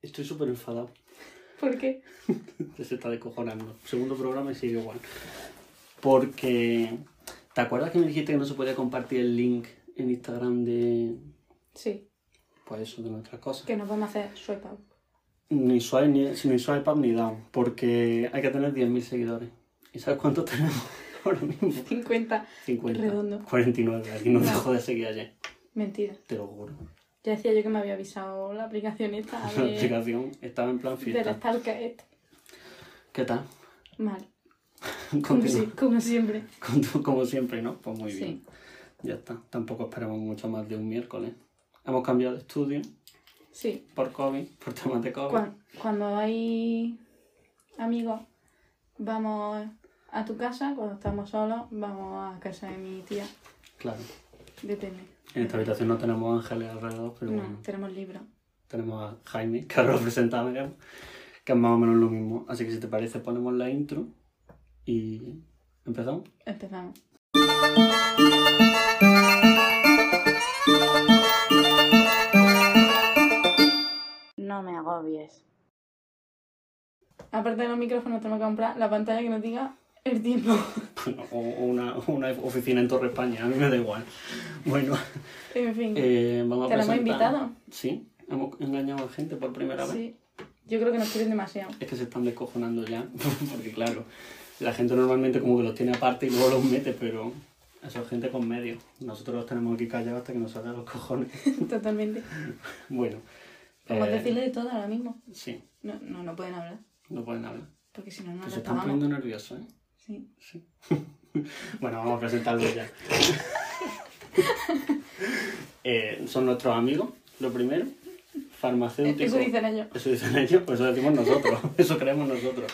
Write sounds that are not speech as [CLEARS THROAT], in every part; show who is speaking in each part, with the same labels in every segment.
Speaker 1: Estoy súper enfadado.
Speaker 2: ¿Por qué?
Speaker 1: Se está descojonando. Segundo programa y sigue igual. Porque. ¿Te acuerdas que me dijiste que no se podía compartir el link en Instagram de.
Speaker 2: Sí,
Speaker 1: Pues eso, de nuestras cosas?
Speaker 2: que nos vamos a hacer swipe up.
Speaker 1: Ni swipe, ni, si ni swipe up ni down. Porque hay que tener 10.000 seguidores. ¿Y sabes cuántos [LAUGHS] tenemos ahora mismo?
Speaker 2: 50.
Speaker 1: 50.
Speaker 2: Redondo.
Speaker 1: 49. Alguien nos
Speaker 2: No.
Speaker 1: dejó de seguir ayer.
Speaker 2: Mentira.
Speaker 1: Te lo juro.
Speaker 2: Ya decía yo que me había avisado la
Speaker 1: [LAUGHS]
Speaker 2: aplicación esta
Speaker 1: La
Speaker 2: de,
Speaker 1: aplicación estaba en plan
Speaker 2: de la
Speaker 1: fiesta.
Speaker 2: stalker esta.
Speaker 1: ¿Qué tal? [LAUGHS]
Speaker 2: Mal. Como,
Speaker 1: Continúa.
Speaker 2: si- como siempre.
Speaker 1: Con tu- como siempre, ¿no? Pues muy
Speaker 2: Sí.
Speaker 1: bien. Ya está. Tampoco esperamos mucho más de un miércoles. Hemos cambiado de estudio
Speaker 2: Sí.
Speaker 1: por COVID, por temas de COVID.
Speaker 2: Cuan- cuando hay amigos, vamos a tu casa. Cuando estamos solos, vamos a casa de mi tía.
Speaker 1: Claro.
Speaker 2: Depende.
Speaker 1: En esta habitación no tenemos ángeles alrededor, pero
Speaker 2: No,
Speaker 1: bueno,
Speaker 2: tenemos libros.
Speaker 1: tenemos a Jaime, que ahora lo presentaremos, que es más o menos lo mismo. Así que si te parece, ponemos la intro y empezamos. [LAUGHS]
Speaker 2: Empezamos.
Speaker 3: No me agobies.
Speaker 2: Aparte de los micrófonos, tenemos que comprar la pantalla que nos diga el tiempo. [LAUGHS]
Speaker 1: Bueno, o o una, o una oficina en Torre España, a mí me da igual. Bueno,
Speaker 2: En fin,
Speaker 1: eh, vamos a
Speaker 2: te lo hemos
Speaker 1: presentar.
Speaker 2: invitado.
Speaker 1: Sí, hemos engañado a gente por primera vez.
Speaker 2: Sí. Yo creo que nos quieren demasiado. [LAUGHS]
Speaker 1: es que se están descojonando ya, [LAUGHS] porque claro, la gente normalmente como que los tiene aparte y luego los mete, pero eso es gente con medio. Nosotros los tenemos aquí callados hasta que nos salgan los cojones. [LAUGHS]
Speaker 2: Totalmente.
Speaker 1: Bueno.
Speaker 2: Podemos
Speaker 1: eh,
Speaker 2: decirle de todo ahora mismo.
Speaker 1: Sí,
Speaker 2: No, no, no pueden hablar.
Speaker 1: no pueden hablar.
Speaker 2: Porque si no,
Speaker 1: Que
Speaker 2: nos
Speaker 1: se están
Speaker 2: acabamos.
Speaker 1: poniendo nerviosos, ¿eh?
Speaker 2: Sí.
Speaker 1: Sí. bueno, vamos a presentarlo ya. Eh, son nuestros amigos, lo primero. Farmacéutico.
Speaker 2: Eso dicen ellos.
Speaker 1: Eso dicen ellos, pues eso decimos nosotros, [LAUGHS] eso creemos nosotros.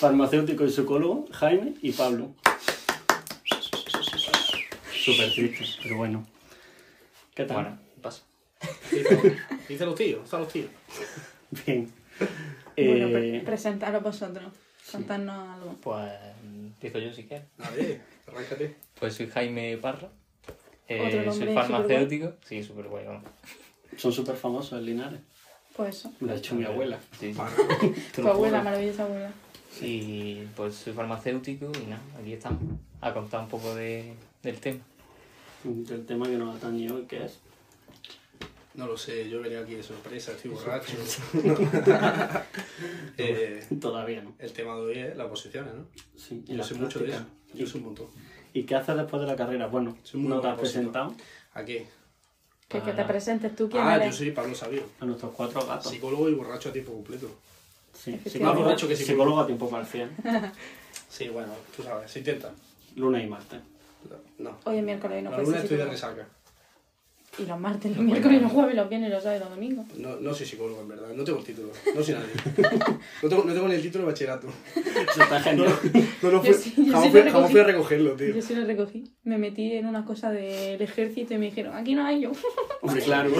Speaker 1: Farmacéutico y psicólogo, Jaime y Pablo. Súper triste, pero bueno. ¿Qué tal?
Speaker 4: Bueno, pasa. Dice, dice los tíos, están los tíos.
Speaker 1: Bien. Eh,
Speaker 2: Bueno, pre- presentaros vosotros. Contadnos algo.
Speaker 5: Pues mm, empiezo yo si quieres.
Speaker 4: A ver, arráncate.
Speaker 5: Pues soy Jaime Parra. eh,
Speaker 2: Otro nombre
Speaker 5: soy farmacéutico. Sí, súper guay, vamos.
Speaker 1: son súper famosos en Linares.
Speaker 2: Pues eso.
Speaker 1: Me lo ha hecho mi abuela.
Speaker 5: Sí, sí.
Speaker 1: Te
Speaker 2: Tu
Speaker 1: lo
Speaker 2: abuela,
Speaker 1: juro.
Speaker 2: maravillosa abuela.
Speaker 5: Y pues soy farmacéutico y nada, aquí estamos. A contar un poco de, del tema.
Speaker 1: Del tema que nos atañe hoy, que es.
Speaker 4: No lo sé, yo venía aquí de sorpresa, estoy borracho. [LAUGHS] Eh,
Speaker 1: Todavía no.
Speaker 4: el tema de hoy es las posiciones, ¿no?
Speaker 1: Sí, y
Speaker 4: Yo
Speaker 1: las
Speaker 4: sé mucho de eso.
Speaker 1: prácticas.
Speaker 4: Yo sé un montón.
Speaker 1: ¿Y qué haces después de la carrera? Bueno,
Speaker 4: Soy muy
Speaker 1: no te
Speaker 4: buen
Speaker 1: has
Speaker 4: opositor.
Speaker 1: presentado
Speaker 4: Aquí.
Speaker 2: Que, que te
Speaker 5: Ah.
Speaker 2: presentes tú quién
Speaker 4: Ah, yo
Speaker 2: eres.
Speaker 4: soy Pablo Sabio.
Speaker 1: a nuestros cuatro
Speaker 4: Ah,
Speaker 1: gatos.
Speaker 4: Psicólogo y borracho a tiempo completo.
Speaker 1: Sí,
Speaker 2: Efectivamente.
Speaker 1: psicólogo,
Speaker 4: Más borracho que psicólogo.
Speaker 1: psicólogo a tiempo parcial.
Speaker 4: Sí, bueno, tú sabes, se intenta.
Speaker 1: Lunes y martes.
Speaker 4: No.
Speaker 2: Hoy es miércoles y no
Speaker 4: La
Speaker 2: puedes
Speaker 4: luna
Speaker 2: ser
Speaker 4: estoy de
Speaker 2: psicólogo.
Speaker 4: resaca.
Speaker 2: Y los martes, los
Speaker 5: No
Speaker 2: miércoles,
Speaker 5: cuenta.
Speaker 2: los jueves, los viernes, los sábados y los domingos.
Speaker 4: No, no soy psicólogo, en verdad. No tengo el título. No
Speaker 2: [LAUGHS]
Speaker 4: soy nadie. No tengo, no tengo ni el título de bachillerato.
Speaker 1: Eso está
Speaker 4: [LAUGHS]
Speaker 1: genial.
Speaker 4: No lo
Speaker 2: Yo
Speaker 4: fui,
Speaker 2: sí- yo
Speaker 4: jamás
Speaker 2: sí lo
Speaker 4: fui- jamás
Speaker 2: recogí.
Speaker 4: fui a recogerlo, tío.
Speaker 2: Yo sí lo recogí. Me metí en una cosa del ejército y me dijeron, aquí no hay yo. [LAUGHS]
Speaker 1: Hombre, claro.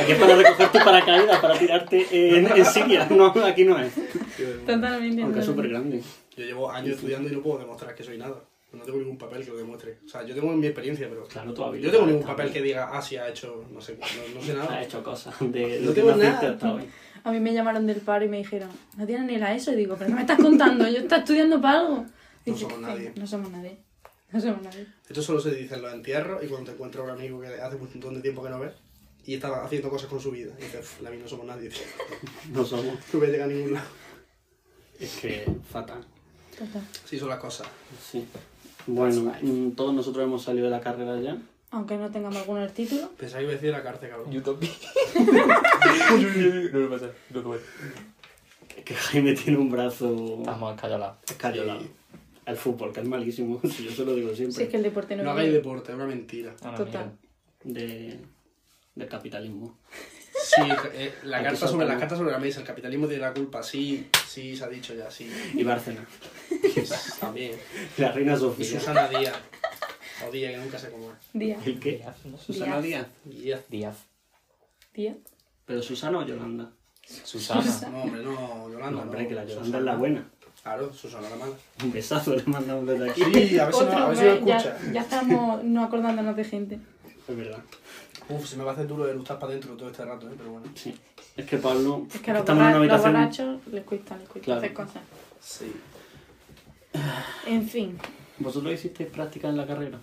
Speaker 1: Aquí es para recoger tu paracaídas, para tirarte en, en Siria. No, aquí no es.
Speaker 4: Tío,
Speaker 2: Totalmente.
Speaker 1: Aunque es
Speaker 2: no.
Speaker 1: súper grande.
Speaker 4: Yo llevo años estudiando y no puedo demostrar que soy nada. No tengo ningún papel que lo demuestre. O sea, yo tengo mi experiencia, pero.
Speaker 1: Claro, tu habilidad
Speaker 4: Yo tengo ningún
Speaker 1: está
Speaker 4: papel que
Speaker 1: bien.
Speaker 4: diga, ah, sí, ha hecho, no sé, no, no sé
Speaker 1: [LAUGHS] Ha
Speaker 4: nada.
Speaker 1: hecho cosas de
Speaker 4: Ah. No
Speaker 1: lo que
Speaker 4: tengo
Speaker 1: no hiciste
Speaker 4: nada.
Speaker 1: hasta hoy.
Speaker 2: A mí me llamaron del paro y me dijeron, no tienen ni la ESO. Y digo, pero ¿qué me estás contando? Yo estaba estudiando para algo.
Speaker 4: No
Speaker 2: Dice,
Speaker 4: somos nadie.
Speaker 2: No somos nadie. No somos nadie.
Speaker 4: Esto solo se dice en los entierros y cuando te encuentras a un amigo que hace un montón de tiempo que no ves y está haciendo cosas con su vida. Y dices, "Pff, la mí no somos nadie, tío. [LAUGHS]
Speaker 1: No somos.
Speaker 4: No voy a llegar a ningún lado.
Speaker 1: Es que fatal.
Speaker 2: Total.
Speaker 4: Sí, son las cosas.
Speaker 1: Sí. Bueno, mm, todos nosotros hemos salido de la carrera ya.
Speaker 2: Aunque no tengamos alguno el título.
Speaker 4: Pensaba que iba a decir la cárcel, cabrón.
Speaker 5: Yo también. Uy, uy, uy, uy, no me pasa. No que pasa.
Speaker 1: Que- Que Jaime tiene un brazo
Speaker 5: Estamos escayolados.
Speaker 1: escayolado.
Speaker 4: Ah, Sí.
Speaker 1: El fútbol, que es malísimo. [LAUGHS] si Yo se lo digo
Speaker 2: Si
Speaker 1: siempre.
Speaker 2: es que el deporte no,
Speaker 4: No
Speaker 2: viene.
Speaker 4: hagáis deporte, es una mentira.
Speaker 5: Ah, no,
Speaker 2: Total.
Speaker 5: mira.
Speaker 1: De, del capitalismo.
Speaker 4: Sí, eh, la
Speaker 1: Aquí
Speaker 4: carta
Speaker 1: son
Speaker 4: sobre, las
Speaker 1: como-
Speaker 4: cartas sobre la mesa, el capitalismo tiene la culpa, sí, sí, se ha dicho ya,
Speaker 1: [LAUGHS]
Speaker 4: sí.
Speaker 1: Y Bárcena.
Speaker 4: También.
Speaker 1: [LAUGHS] La reina
Speaker 4: Y
Speaker 1: Sofía.
Speaker 4: Susana Díaz. O Díaz, que nunca sé cómo es.
Speaker 2: Día.
Speaker 1: ¿El qué?
Speaker 5: Díaz, ¿no?
Speaker 1: Susana Díaz.
Speaker 4: Díaz.
Speaker 5: Díaz.
Speaker 2: Día.
Speaker 1: Pero Susana o Yolanda.
Speaker 5: Susana.
Speaker 4: No, hombre, no, Yolanda.
Speaker 1: Ah, No, hombre,
Speaker 4: no.
Speaker 1: que la Yolanda es la buena.
Speaker 4: Claro, Susana la mala.
Speaker 1: Un besazo le mandamos desde aquí.
Speaker 4: Sí, a ver si,
Speaker 2: Otro
Speaker 4: a ver si me
Speaker 2: mes,
Speaker 4: escucha.
Speaker 2: ya, ya estamos no acordándonos de gente.
Speaker 1: es verdad.
Speaker 4: Uf, se me va a hacer duro de lustrar para adentro todo este rato, ¿eh? pero bueno.
Speaker 1: Sí. Es que Pablo.
Speaker 2: Es que a los,
Speaker 1: estamos en una
Speaker 2: borra- los
Speaker 1: habitación.
Speaker 2: borrachos les cuesta, les cuesta
Speaker 1: Claro.
Speaker 2: hacer cosas.
Speaker 4: Sí.
Speaker 2: En fin,
Speaker 1: ¿Vosotros hicisteis práctica en la carrera?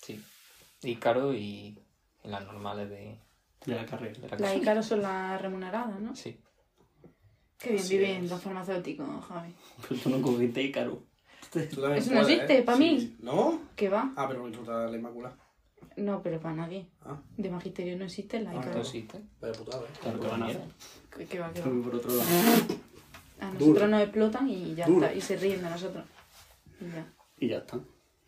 Speaker 5: Sí. Y caro y y las normales de,
Speaker 1: De la carrera.
Speaker 5: de la
Speaker 2: las
Speaker 5: casa.
Speaker 2: Icaros son las remuneradas, ¿no?
Speaker 5: Sí.
Speaker 2: Qué bien
Speaker 4: Así
Speaker 2: viven
Speaker 4: es.
Speaker 2: los farmacéuticos, Javi.
Speaker 1: Pero tú no cogiste Ícaro.
Speaker 4: Tú también
Speaker 2: Eso no
Speaker 4: puedes,
Speaker 2: existe,
Speaker 4: ¿eh?
Speaker 2: pa'
Speaker 4: Sí,
Speaker 2: mí.
Speaker 4: sí. ¿No?
Speaker 2: ¿Qué va?
Speaker 4: Ah, pero tú estás en la Inmaculada.
Speaker 2: No, pero para nadie.
Speaker 4: Ah,
Speaker 2: De magisterio no existen las
Speaker 4: Ah,
Speaker 5: ¿Esto
Speaker 2: Icaros.
Speaker 5: existe?
Speaker 4: vaya putada, ¿eh?
Speaker 1: Claro que van a hacer.
Speaker 2: ¿Qué- ¿Qué va, qué va?
Speaker 1: También por otro lado.
Speaker 2: A nosotros
Speaker 4: Duro.
Speaker 2: nos explotan y ya
Speaker 4: Duro.
Speaker 2: está. Y se ríen de nosotros. Y ya.
Speaker 1: Y ya está.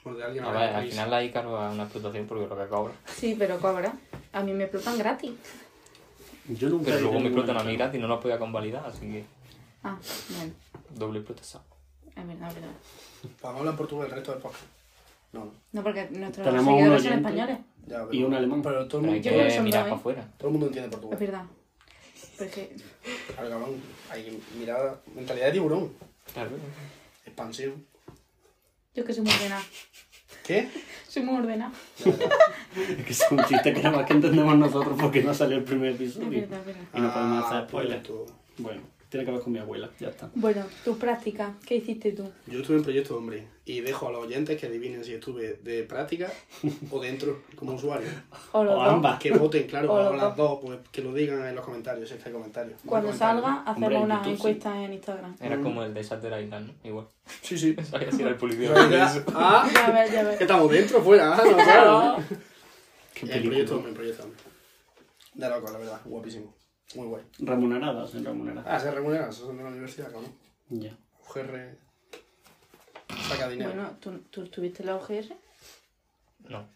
Speaker 4: Por de alguien
Speaker 5: A
Speaker 4: habrá
Speaker 5: ver, al
Speaker 4: país.
Speaker 5: final la Ícaro es una explotación porque es lo que cobra.
Speaker 2: Sí, pero cobra. A mí me explotan gratis.
Speaker 1: Yo nunca.
Speaker 5: Pero
Speaker 1: he
Speaker 5: luego me
Speaker 1: tenido
Speaker 5: explotan a mí
Speaker 1: nada.
Speaker 5: gratis y no lo podía convalidar, así que
Speaker 2: Ah, bueno.
Speaker 5: doble protesta.
Speaker 2: Es verdad, es verdad.
Speaker 4: Vamos a hablar en portugués el resto del podcast. No, no.
Speaker 2: No, porque nuestros
Speaker 1: Tenemos un
Speaker 2: seguidores son
Speaker 1: oyente.
Speaker 2: españoles.
Speaker 4: Ya, pero-
Speaker 1: Y un alemán.
Speaker 4: Pero todo el
Speaker 5: Pero hay
Speaker 4: mundo,
Speaker 2: creo que
Speaker 5: que
Speaker 2: son
Speaker 5: mirar
Speaker 2: dos,
Speaker 5: para
Speaker 2: ¿eh?
Speaker 5: afuera.
Speaker 4: todo el mundo entiende
Speaker 2: Es
Speaker 4: portugués.
Speaker 2: verdad. Porque
Speaker 4: A ver, cabrón, hay que mirar mentalidad de tiburón.
Speaker 5: Claro.
Speaker 4: Expansivo.
Speaker 2: yo que soy muy ordenada.
Speaker 4: ¿Qué?
Speaker 2: [LAUGHS] Soy muy ordenada.
Speaker 4: Ya, ya.
Speaker 1: Es que es un chiste que nada más que entendemos nosotros porque no salió el primer
Speaker 2: Es
Speaker 1: episodio.
Speaker 2: verdad, es verdad.
Speaker 1: Y no podemos
Speaker 4: Ah,
Speaker 1: hacer spoilers.
Speaker 4: punto.
Speaker 1: Bueno, tiene que ver con mi abuela. Ya está.
Speaker 2: Bueno, tus prácticas. ¿Qué hiciste tú?
Speaker 4: Yo estuve en Proyecto Hombre y dejo a los oyentes que adivinen si estuve
Speaker 1: [LAUGHS]
Speaker 4: de práctica o dentro como usuario.
Speaker 2: O los
Speaker 1: O
Speaker 2: dos.
Speaker 1: Oh, ambas.
Speaker 4: Que voten, claro,
Speaker 2: O
Speaker 4: o
Speaker 2: los
Speaker 4: las dos, pues que lo digan en los comentarios, si es que hay comentarios.
Speaker 2: Cuando
Speaker 4: Comentario.
Speaker 2: salga,
Speaker 1: Hombre,
Speaker 2: hacemos
Speaker 1: en
Speaker 2: una
Speaker 1: YouTube, sí.
Speaker 2: encuesta en Instagram.
Speaker 5: Era como el de Shutter Island, ¿no? Igual. [LAUGHS]
Speaker 4: Sí,
Speaker 1: [LAUGHS]
Speaker 4: sí.
Speaker 5: Sabía si era el
Speaker 4: Yo
Speaker 5: pulido.
Speaker 4: era- ah,
Speaker 2: Ya ves, ya
Speaker 4: que
Speaker 2: ves.
Speaker 4: estamos dentro, fuera, ah, no, claro.
Speaker 1: Qué
Speaker 4: El Proyecto
Speaker 1: película.
Speaker 4: Hombre, el Proyecto Hombre. De loco, la verdad, guapísimo. Muy guay.
Speaker 1: Remunerada, sin remunerada.
Speaker 4: Ah, se remuneran, esos son de la universidad, cabrón.
Speaker 1: Ya.
Speaker 4: UGR saca dinero.
Speaker 2: Bueno, ¿tú, tú estuviste en la UGR?
Speaker 5: No.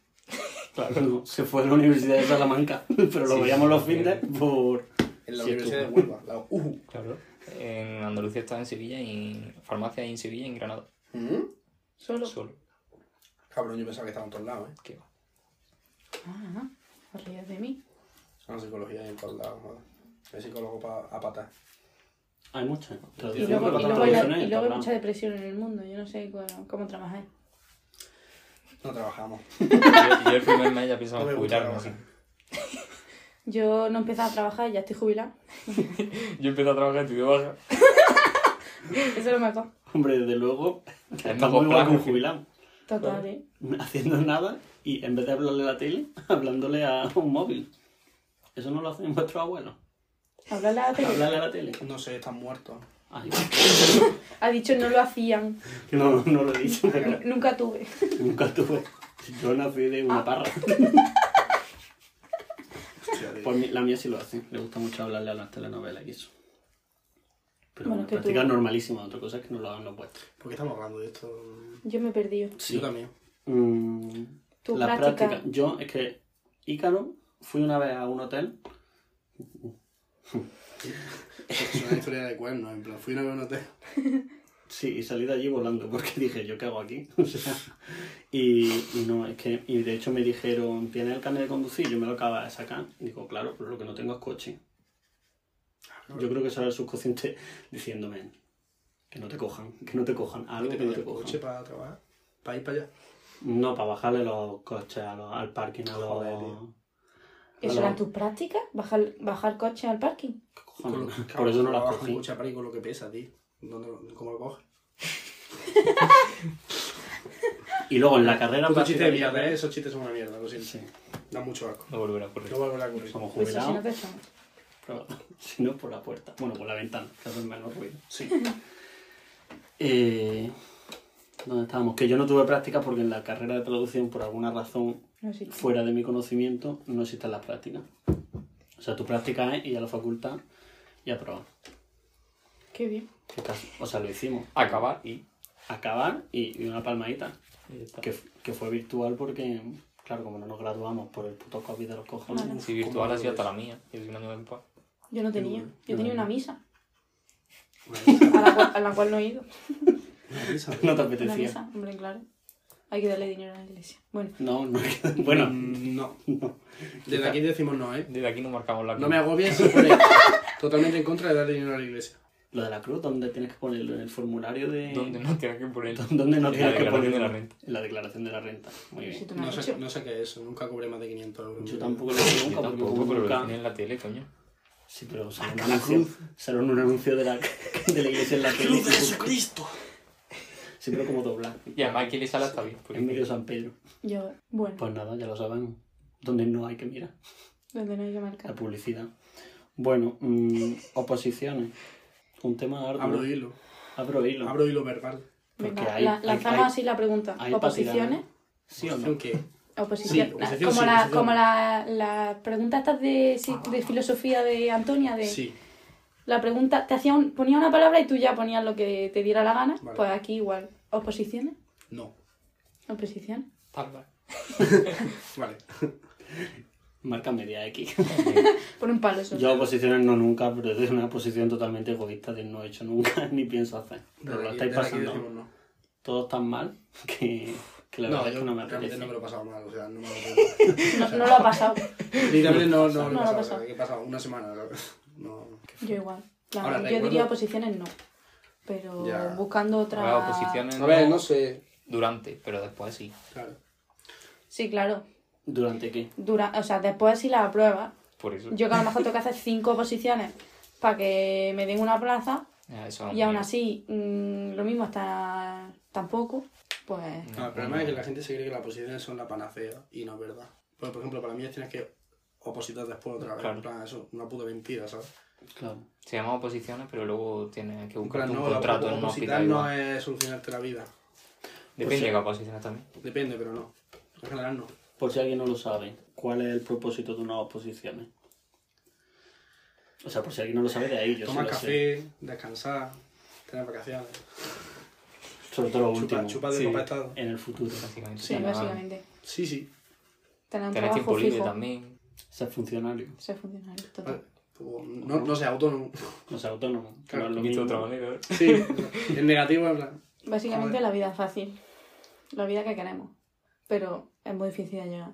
Speaker 1: Claro, no. Se fue a la Universidad de Salamanca, [LAUGHS] pero lo
Speaker 5: Sí,
Speaker 1: veíamos los
Speaker 5: sí.
Speaker 1: fines por...
Speaker 4: en la
Speaker 1: sí,
Speaker 4: Universidad de
Speaker 1: estuvo.
Speaker 4: Huelva, la UJU.
Speaker 5: Claro. En Andalucía estaba en Sevilla y farmacia en Sevilla y en Granada.
Speaker 4: ¿Mm?
Speaker 2: Solo.
Speaker 5: Solo.
Speaker 4: Cabrón, yo pensaba que estaba en todos lados, ¿eh?
Speaker 5: ¿Qué va?
Speaker 2: Ah, no rías de mí.
Speaker 4: La psicología en todos lados, joder. El psicólogo pa- a patas.
Speaker 1: Hay muchas.
Speaker 2: Y
Speaker 1: traducciones,
Speaker 2: luego, y
Speaker 1: traducciones,
Speaker 2: luego, hay, la- y
Speaker 1: traducciones,
Speaker 2: luego hay
Speaker 1: hablamos.
Speaker 2: mucha depresión en el mundo. Yo no sé cu- cómo trabajáis.
Speaker 4: No trabajamos.
Speaker 5: Yo, yo el primer mes ya
Speaker 4: No
Speaker 5: pensaba
Speaker 4: me
Speaker 5: en
Speaker 4: gusta
Speaker 5: jubilarme. así.
Speaker 4: trabajar.
Speaker 2: Yo no empecé a trabajar y ya estoy jubilada. [LAUGHS]
Speaker 5: Yo empecé a trabajar y tú de baja.
Speaker 2: Eso es lo mejor.
Speaker 1: Hombre, desde luego, está
Speaker 5: mejor
Speaker 1: muy guay
Speaker 5: plan,
Speaker 1: con
Speaker 5: porque-
Speaker 1: jubilado. [LAUGHS]
Speaker 2: Total, ¿eh?
Speaker 1: Haciendo nada y en vez de hablarle a la tele, [LAUGHS] hablándole a un móvil. Eso no lo hacen vuestros abuelos.
Speaker 2: Hablarle a la tele.
Speaker 1: Hablarle a la tele.
Speaker 4: No sé, están muertos.
Speaker 1: Ay, [LAUGHS]
Speaker 2: Ha dicho no lo hacían.
Speaker 1: no, no lo he dicho, pero
Speaker 2: Nu- Nunca tuve.
Speaker 1: nunca tuve. Yo nací de una parra.
Speaker 4: Hostia, tío.
Speaker 1: Pues mi- la mía sí lo hace. Le gusta mucho hablarle a las telenovelas y eso. Pero bueno,
Speaker 2: Bueno, es que tú-
Speaker 1: práctica normalísima. Otra cosa es que no lo hagan los vuestros.
Speaker 4: ¿Por qué estamos hablando de esto?
Speaker 2: Yo me he perdido.
Speaker 1: Sí.
Speaker 4: Yo también.
Speaker 1: Mm,
Speaker 2: Tu
Speaker 1: la
Speaker 2: práctica.
Speaker 1: práctica. Yo, es que Ícaro, fui una vez a un hotel.
Speaker 4: Es una historia de cuernos, en plan, fui una vez a un [LAUGHS] hotel.
Speaker 1: Sí, y salí de allí volando [LAUGHS] porque dije, ¿yo qué hago aquí? [LAUGHS] O sea, y, y no, es que, y de hecho me dijeron, ¿tienes el carnet de conducir? Yo me lo acababa de sacar. Digo, claro, pero lo que no tengo es coche. Yo creo que eso era el subconsciente diciéndome, que no te cojan, que no te cojan, algo
Speaker 4: te
Speaker 1: que no
Speaker 4: pedí
Speaker 1: te
Speaker 4: el
Speaker 1: cojan.
Speaker 4: coche para trabajar? ¿Para ir para allá?
Speaker 1: No, para bajarle los coches a los- al parking, a los...
Speaker 4: Joder, tío.
Speaker 2: ¿Eso
Speaker 1: Hola.
Speaker 2: eran tus prácticas? ¿Bajar, ¿Bajar coche al parking?
Speaker 1: ¿Qué
Speaker 4: Con lo
Speaker 1: cojones?
Speaker 4: que-
Speaker 1: Por eso no las
Speaker 4: cabrón, trabajo en
Speaker 1: cogí.
Speaker 4: coche a París con lo que pesa, tío. ¿Dónde lo- ¿Cómo lo coges?
Speaker 1: Y luego en la carrera...
Speaker 4: Puto chiste de
Speaker 1: práctica-
Speaker 4: mierda, ¿eh? Esos chistes son una mierda, lo siento.
Speaker 1: Sí,
Speaker 4: Da mucho asco.
Speaker 5: No volverá a ocurrir.
Speaker 4: No vuelvo a ocurrir. [LAUGHS]
Speaker 1: somos
Speaker 2: Pues eso sí no
Speaker 1: jubilados.
Speaker 2: te echamos.
Speaker 1: pero- [LAUGHS] Si no, por la puerta. Bueno, por la ventana, que hacen menos ruido.
Speaker 2: [LAUGHS]
Speaker 4: Sí.
Speaker 1: Eh, ¿Dónde estábamos? Que yo no tuve práctica porque en la carrera de traducción, por alguna razón
Speaker 2: No sé.
Speaker 1: fuera de mi conocimiento, no existen las prácticas. O sea, tu práctica es ir a la facultad y aprobar.
Speaker 2: Qué bien.
Speaker 1: Que está- O sea, lo hicimos.
Speaker 5: Acabar y.
Speaker 1: Acabar y, y una palmadita.
Speaker 5: y ya está.
Speaker 1: Que, f- que fue virtual porque, claro, como no nos graduamos por el puto COVID de los cojones.
Speaker 2: Claro.
Speaker 5: Si virtual ha sido hasta la mía. Yo soy una nueva en paz.
Speaker 2: Yo no tenía. Yo tenía una misa.
Speaker 4: Bueno,
Speaker 2: A la cual, a la cual no he
Speaker 1: [LAUGHS]
Speaker 2: ido.
Speaker 1: No te
Speaker 2: Una
Speaker 1: apetecía.
Speaker 2: misa, hombre, claro. Hay que darle dinero a la iglesia. Bueno,
Speaker 1: No, [LAUGHS] no. Bueno,
Speaker 4: Mm, No.
Speaker 1: no.
Speaker 4: Desde aquí decimos no, ¿eh?
Speaker 5: Desde aquí no marcamos la
Speaker 4: No me
Speaker 5: cruz.
Speaker 4: [LAUGHS] agobies, se pone totalmente en contra de dar dinero a la iglesia.
Speaker 1: Lo de la cruz, ¿dónde tienes que ponerlo? En el formulario de.
Speaker 5: ¿Dónde no tienes que poner?
Speaker 1: [LAUGHS] ¿Dónde no
Speaker 5: En la
Speaker 1: tienes que
Speaker 5: declaración de
Speaker 1: ponerlo?
Speaker 5: la renta.
Speaker 1: En la declaración de la renta. Muy
Speaker 2: Si
Speaker 1: bien.
Speaker 2: tú me
Speaker 4: No
Speaker 2: has
Speaker 4: sé,
Speaker 2: dicho.
Speaker 4: no sé qué es eso, nunca cobré más de 500 euros.
Speaker 1: Yo tampoco lo he
Speaker 5: Yo
Speaker 1: nunca, porque
Speaker 5: tampoco,
Speaker 1: como
Speaker 5: pero lo
Speaker 1: nunca.
Speaker 5: tienen en la tele, coño.
Speaker 1: Sí, pero salió un anuncio, salió en un anuncio de la, [LAUGHS] de la iglesia en la tele.
Speaker 4: ¡Cruz de Jesucristo!
Speaker 1: Sí, pero como doblar.
Speaker 5: Y además aquí le sale hasta bien.
Speaker 1: En medio de
Speaker 5: Porque...
Speaker 1: San Pedro.
Speaker 2: Yo, bueno,
Speaker 1: Pues nada, ya lo saben. Donde no hay que mirar.
Speaker 2: donde no hay que
Speaker 1: La
Speaker 2: marcar.
Speaker 1: publicidad. Bueno, mm, oposiciones. Un tema arduo.
Speaker 4: Abro hilo.
Speaker 1: Abro hilo.
Speaker 4: Abro hilo verbal.
Speaker 1: Porque
Speaker 2: Venga,
Speaker 1: hay-
Speaker 2: la-
Speaker 1: hay-
Speaker 2: lanzamos
Speaker 1: hay-
Speaker 2: así la pregunta.
Speaker 1: hay
Speaker 2: ¿Oposiciones?
Speaker 1: ¿Sí o
Speaker 4: ¿Opción
Speaker 1: no?
Speaker 4: qué?
Speaker 2: Oposición.
Speaker 4: Sí,
Speaker 2: La-
Speaker 4: oposición,
Speaker 2: como
Speaker 4: sí,
Speaker 2: la,
Speaker 4: oposición.
Speaker 2: como la, la pregunta estas de, si- de filosofía de Antonia, de
Speaker 4: Sí.
Speaker 2: la pregunta, te hacía un- ponía una palabra y tú ya ponías lo que te diera la gana.
Speaker 4: Vale.
Speaker 2: Pues aquí igual. ¿Oposiciones?
Speaker 4: No.
Speaker 2: ¿Oposiciones?
Speaker 5: Palma.
Speaker 4: Vale.
Speaker 1: Marca media
Speaker 5: [LAUGHS]
Speaker 1: X.
Speaker 2: Por un palo eso.
Speaker 1: Yo oposiciones no nunca, pero es una posición totalmente egoísta de no he hecho nunca [LAUGHS] ni pienso hacer. Pero
Speaker 4: Desde
Speaker 1: lo
Speaker 4: aquí-
Speaker 1: estáis
Speaker 4: desde aquí
Speaker 1: pasando
Speaker 4: decimos no.
Speaker 1: todo tan mal que, que la verdad
Speaker 4: No,
Speaker 1: es
Speaker 4: yo
Speaker 1: que no me
Speaker 4: realmente
Speaker 1: apetece.
Speaker 4: no me lo he pasado mal, o
Speaker 2: [LAUGHS]
Speaker 4: sea, no me lo
Speaker 2: No, no lo ha pasado.
Speaker 4: Y también no,
Speaker 2: No lo
Speaker 4: no, lo he
Speaker 2: he
Speaker 4: pasado,
Speaker 2: pasado.
Speaker 4: que he pasado una semana. [LAUGHS] No.
Speaker 2: Yo igual. La-
Speaker 4: Ahora,
Speaker 2: yo
Speaker 4: recuerdo-
Speaker 2: diría oposiciones no. Pero
Speaker 4: Ya.
Speaker 2: buscando otra.
Speaker 5: Las oposiciones
Speaker 4: A ver,
Speaker 5: no
Speaker 4: no sé.
Speaker 5: durante, pero después sí.
Speaker 4: Claro.
Speaker 2: Sí, claro.
Speaker 1: ¿Durante qué?
Speaker 2: Dura... O sea, después si la apruebas.
Speaker 5: Por eso.
Speaker 2: Yo que a lo mejor tengo que hacer cinco oposiciones para que me den una plaza.
Speaker 5: Ah, eso
Speaker 2: Y aún así, mm, lo mismo está tampoco. Pues.
Speaker 4: No, el problema es que la gente se cree que las oposiciones son la panacea y no es verdad. Pues, por ejemplo, para mí es tienes que opositar después otra vez.
Speaker 5: Claro.
Speaker 4: En plan, eso, una puta mentira, ¿sabes?
Speaker 1: Claro.
Speaker 5: Se llama oposiciones, pero luego tienes que
Speaker 4: En
Speaker 5: buscar
Speaker 4: plan,
Speaker 5: un
Speaker 4: no, la-
Speaker 5: contrato en un
Speaker 4: opositar
Speaker 5: hospital.
Speaker 4: no
Speaker 5: igual.
Speaker 4: es pues solucionarte la vida.
Speaker 5: Depende
Speaker 1: o sea-
Speaker 5: de qué oposiciones también.
Speaker 4: Depende, pero no. En general no.
Speaker 1: Por si alguien no lo sabe, ¿cuál es el propósito de unas oposiciones? O sea, por si alguien no lo sabe, de ahí yo sí
Speaker 4: Tomar
Speaker 1: lo sé.
Speaker 4: café, descansar, tener vacaciones,
Speaker 1: Sobre todo lo último.
Speaker 4: chupar, chupar de
Speaker 5: Sí.
Speaker 4: copa estado.
Speaker 1: En el futuro.
Speaker 5: Básicamente.
Speaker 2: Sí,
Speaker 5: O sea,
Speaker 2: básicamente.
Speaker 4: Sí, sí.
Speaker 2: Tener un
Speaker 5: Tener tiempo
Speaker 2: trabajo
Speaker 5: libre
Speaker 2: fijo.
Speaker 5: también.
Speaker 1: Ser funcionario.
Speaker 2: Ser funcionario,
Speaker 4: Vale.
Speaker 2: total.
Speaker 4: Pues, No, no sé, autónomo.
Speaker 1: O sea, autónomo. que
Speaker 4: Claro,
Speaker 1: no es lo
Speaker 5: Visto de
Speaker 1: mismo.
Speaker 5: otra manera. ¿eh?
Speaker 4: Sí, en negativo, en plan.
Speaker 2: Básicamente
Speaker 4: Joder.
Speaker 2: la vida fácil. La vida que queremos. Pero es muy difícil de llegar.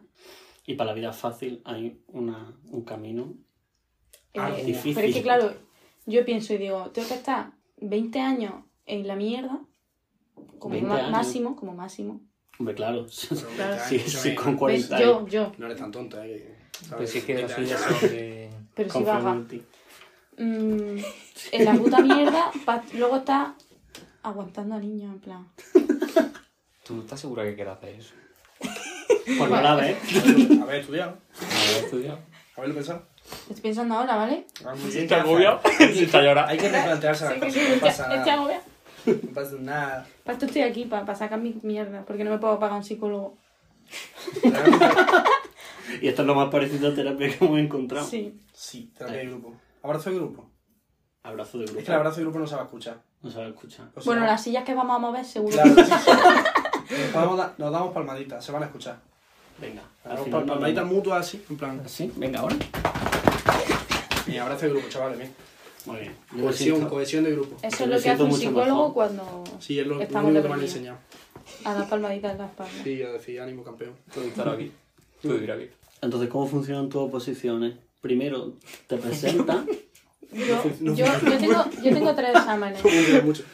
Speaker 1: Y para la vida fácil hay una, un camino.
Speaker 4: Ah,
Speaker 2: Eh,
Speaker 1: difícil.
Speaker 2: Pero es que, claro, yo pienso y digo, tengo que estar 20 años en la mierda, como
Speaker 1: 20
Speaker 2: ma-
Speaker 1: años.
Speaker 2: máximo, como máximo.
Speaker 1: Hombre, claro. [LAUGHS]
Speaker 4: pero
Speaker 1: Sí,
Speaker 4: hombre,
Speaker 2: Claro.
Speaker 4: ya,
Speaker 1: Ah, sí,
Speaker 4: escúchame,
Speaker 1: con
Speaker 2: ¿Ves?
Speaker 1: 40
Speaker 2: Yo, yo.
Speaker 4: No eres tan tonta, eh. ¿sabes?
Speaker 5: Pues sí es que las
Speaker 4: Vete a-
Speaker 5: suyas son de.
Speaker 2: Pero si
Speaker 1: confío
Speaker 2: baja.
Speaker 1: en ti.
Speaker 2: Mm,
Speaker 4: [LAUGHS]
Speaker 2: en la puta mierda, pa- luego está aguantando a niños, en plan.
Speaker 5: ¿Tú estás segura que quieres hacer eso?
Speaker 1: Pues no la ves.
Speaker 4: Haber estudiado,
Speaker 5: ¿Haber
Speaker 4: [LAUGHS]
Speaker 5: estudiado?
Speaker 4: haberlo pensado.
Speaker 2: Estoy pensando ahora, ¿vale?
Speaker 4: Ah, muy
Speaker 5: ¿Se
Speaker 4: bien,
Speaker 5: te [LAUGHS]
Speaker 4: ¿qué
Speaker 5: agobia?
Speaker 4: haces?
Speaker 5: ¿Se te llora?
Speaker 4: Hay que replantearse las cosas, no pasa
Speaker 2: Estoy
Speaker 4: nada.
Speaker 2: agobiada.
Speaker 4: No pasa nada.
Speaker 2: Para esto estoy aquí, para, sacar mis mierdas, porque no me puedo pagar un psicólogo.
Speaker 1: Y esto es lo más parecido a terapia que hemos encontrado.
Speaker 2: Sí.
Speaker 4: Sí, terapia de grupo. Abrazo de grupo.
Speaker 1: Abrazo de grupo.
Speaker 4: Es que el abrazo de grupo no se va a escuchar.
Speaker 1: No sabe escuchar.
Speaker 4: O sea,
Speaker 2: Bueno, las sillas que vamos a mover, seguro.
Speaker 4: claro, sí, sí. [LAUGHS] Nos, podemos dar- nos damos palmaditas, se van a escuchar.
Speaker 1: Venga. al
Speaker 4: Nos
Speaker 1: final
Speaker 4: damos
Speaker 1: nos
Speaker 4: palmaditas
Speaker 1: vemos.
Speaker 4: mutuas así, en plan.
Speaker 1: ¿Sí? Venga, ahora.
Speaker 4: Y abrazo de grupo, chavales, bien.
Speaker 1: Muy bien. Yo
Speaker 5: Pues
Speaker 1: me
Speaker 4: Cohesión,
Speaker 1: siento-
Speaker 4: cohesión de grupo.
Speaker 2: Eso
Speaker 1: Yo
Speaker 2: es
Speaker 1: me
Speaker 2: lo que hace
Speaker 1: siento
Speaker 2: un
Speaker 1: mucho
Speaker 2: psicólogo
Speaker 1: mejor.
Speaker 2: cuando
Speaker 4: Sí, es lo lo
Speaker 2: Eh, estamos
Speaker 4: único que me han
Speaker 2: deprimidos.
Speaker 4: enseñado.
Speaker 2: A las palmaditas en las palmas.
Speaker 4: Sí, yo decía, ánimo
Speaker 1: [LAUGHS]
Speaker 4: campeón.
Speaker 5: Tú estar aquí. Tú vivir aquí.
Speaker 1: Entonces, ¿cómo funcionan tus oposiciones? Primero, te
Speaker 2: [LAUGHS]
Speaker 1: presentas.
Speaker 2: Yo,
Speaker 4: no,
Speaker 2: yo, yo, tengo,
Speaker 4: [LAUGHS]
Speaker 2: yo tengo tres exámenes.
Speaker 4: Me gusta mucho.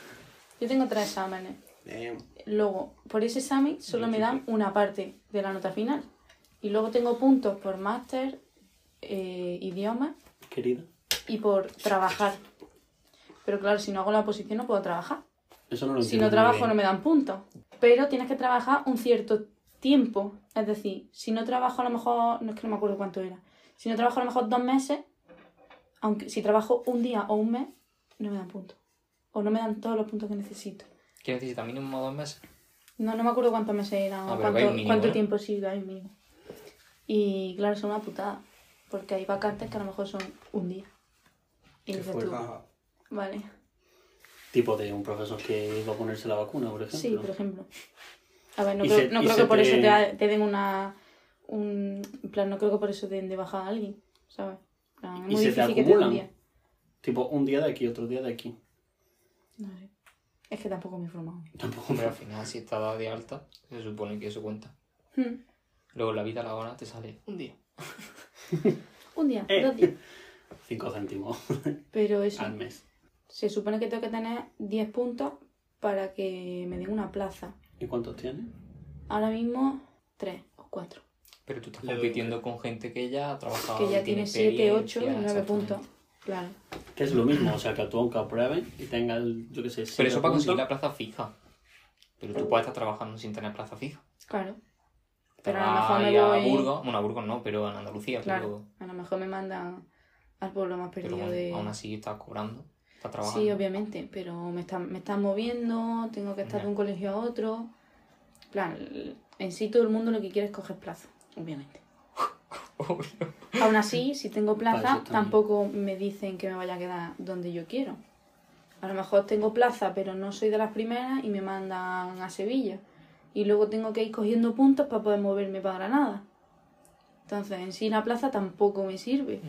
Speaker 2: Yo tengo tres exámenes.
Speaker 4: Bien.
Speaker 2: Luego, por ese examen solo me dan una parte de la nota final. Y luego tengo puntos por máster, eh, idioma
Speaker 1: Querida,
Speaker 2: y por trabajar. Pero claro, si no hago la oposición no puedo trabajar.
Speaker 1: eso no lo
Speaker 2: Si
Speaker 1: entiendo.
Speaker 2: no
Speaker 1: muy
Speaker 2: trabajo
Speaker 1: bien.
Speaker 2: no me dan puntos. Pero tienes que trabajar un cierto tiempo. Es decir, si no trabajo a lo mejor, no es que no me acuerdo cuánto era. Si no trabajo a lo mejor dos meses, aunque si trabajo un día o un mes, no me dan puntos. O no me dan todos los puntos que necesito.
Speaker 5: ¿Qué necesitas? ¿Mínimo dos meses?
Speaker 2: No, no me acuerdo cuántos meses eran o
Speaker 5: Ah, pero que hay
Speaker 2: cuánto,
Speaker 5: un mínimo,
Speaker 1: ¿eh?
Speaker 2: cuánto
Speaker 5: ¿no?
Speaker 2: tiempo sí hay un mínimo. Y claro, son una putada. Porque hay vacantes que a lo mejor son un día. Y
Speaker 1: Qué
Speaker 2: dices tú,
Speaker 1: fuerte.
Speaker 4: Ajá.
Speaker 2: vale.
Speaker 1: Tipo de un profesor que iba a ponerse la vacuna, por ejemplo.
Speaker 2: Sí, por ejemplo. A ver, no
Speaker 1: Y
Speaker 2: creo,
Speaker 1: se-
Speaker 2: no
Speaker 1: y
Speaker 2: creo
Speaker 1: se
Speaker 2: que por
Speaker 1: te-
Speaker 2: eso te, ha- te den una. Un, en plan, no creo que por eso te den de bajada a alguien, ¿sabes? En plan, es
Speaker 1: Y
Speaker 2: muy
Speaker 1: se te
Speaker 2: difícil que te den
Speaker 1: acumulan.
Speaker 2: un día.
Speaker 1: Tipo, un día de aquí, otro día de aquí.
Speaker 2: No sé. Es que tampoco me he informado.
Speaker 1: Tampoco me
Speaker 5: Hombre, al final, si está dado de alta, se supone que eso cuenta.
Speaker 2: Hmm.
Speaker 5: Luego la vida laboral te sale un día.
Speaker 2: Un día,
Speaker 1: Eh.
Speaker 2: dos días.
Speaker 1: 5 céntimos
Speaker 2: Pero eso.
Speaker 1: al mes.
Speaker 2: se supone que tengo que tener 10 puntos para que me den una plaza.
Speaker 1: ¿Y cuántos tienes?
Speaker 2: Ahora mismo, 3 o 4.
Speaker 5: Pero tú estás
Speaker 4: Le doy
Speaker 5: compitiendo con gente que ya ha
Speaker 1: Ah,
Speaker 5: trabajado.
Speaker 2: que ya tiene 7, 8 y 9
Speaker 5: experiencia,
Speaker 2: puntos.
Speaker 5: exactamente.
Speaker 2: Claro.
Speaker 1: Que es lo mismo, o sea, que tú aunque apruebes y tengas, el, yo qué sé,
Speaker 5: Pero eso para
Speaker 1: puntos,
Speaker 5: conseguir la plaza fija. Pero tú puedes estar trabajando sin tener plaza fija.
Speaker 2: Claro.
Speaker 5: Te
Speaker 2: Pero a lo
Speaker 1: Ah,
Speaker 5: vas
Speaker 2: mejor me
Speaker 5: ahí a
Speaker 2: voy-
Speaker 5: Burgos, bueno, a Burgos no, pero en Andalucía.
Speaker 2: Claro. A lo mejor me mandan al pueblo más
Speaker 5: Pero, pero
Speaker 2: perdido
Speaker 5: bueno,
Speaker 2: de.
Speaker 5: aún así estás cobrando, estás trabajando.
Speaker 2: Sí, obviamente, pero me están, me están moviendo, tengo que estar
Speaker 5: Ya.
Speaker 2: de un colegio a otro. En plan, en sí todo el mundo lo que quiere es coger plaza, obviamente.
Speaker 5: [LAUGHS] Obvio.
Speaker 2: Aún así, si tengo
Speaker 1: Para eso
Speaker 2: plaza,
Speaker 1: también.
Speaker 2: tampoco me dicen que me vaya a quedar donde yo quiero. A lo mejor tengo plaza, pero no soy de las primeras y me mandan a Sevilla. Y luego tengo que ir cogiendo puntos para poder moverme para Granada. Entonces, en sí la plaza tampoco me sirve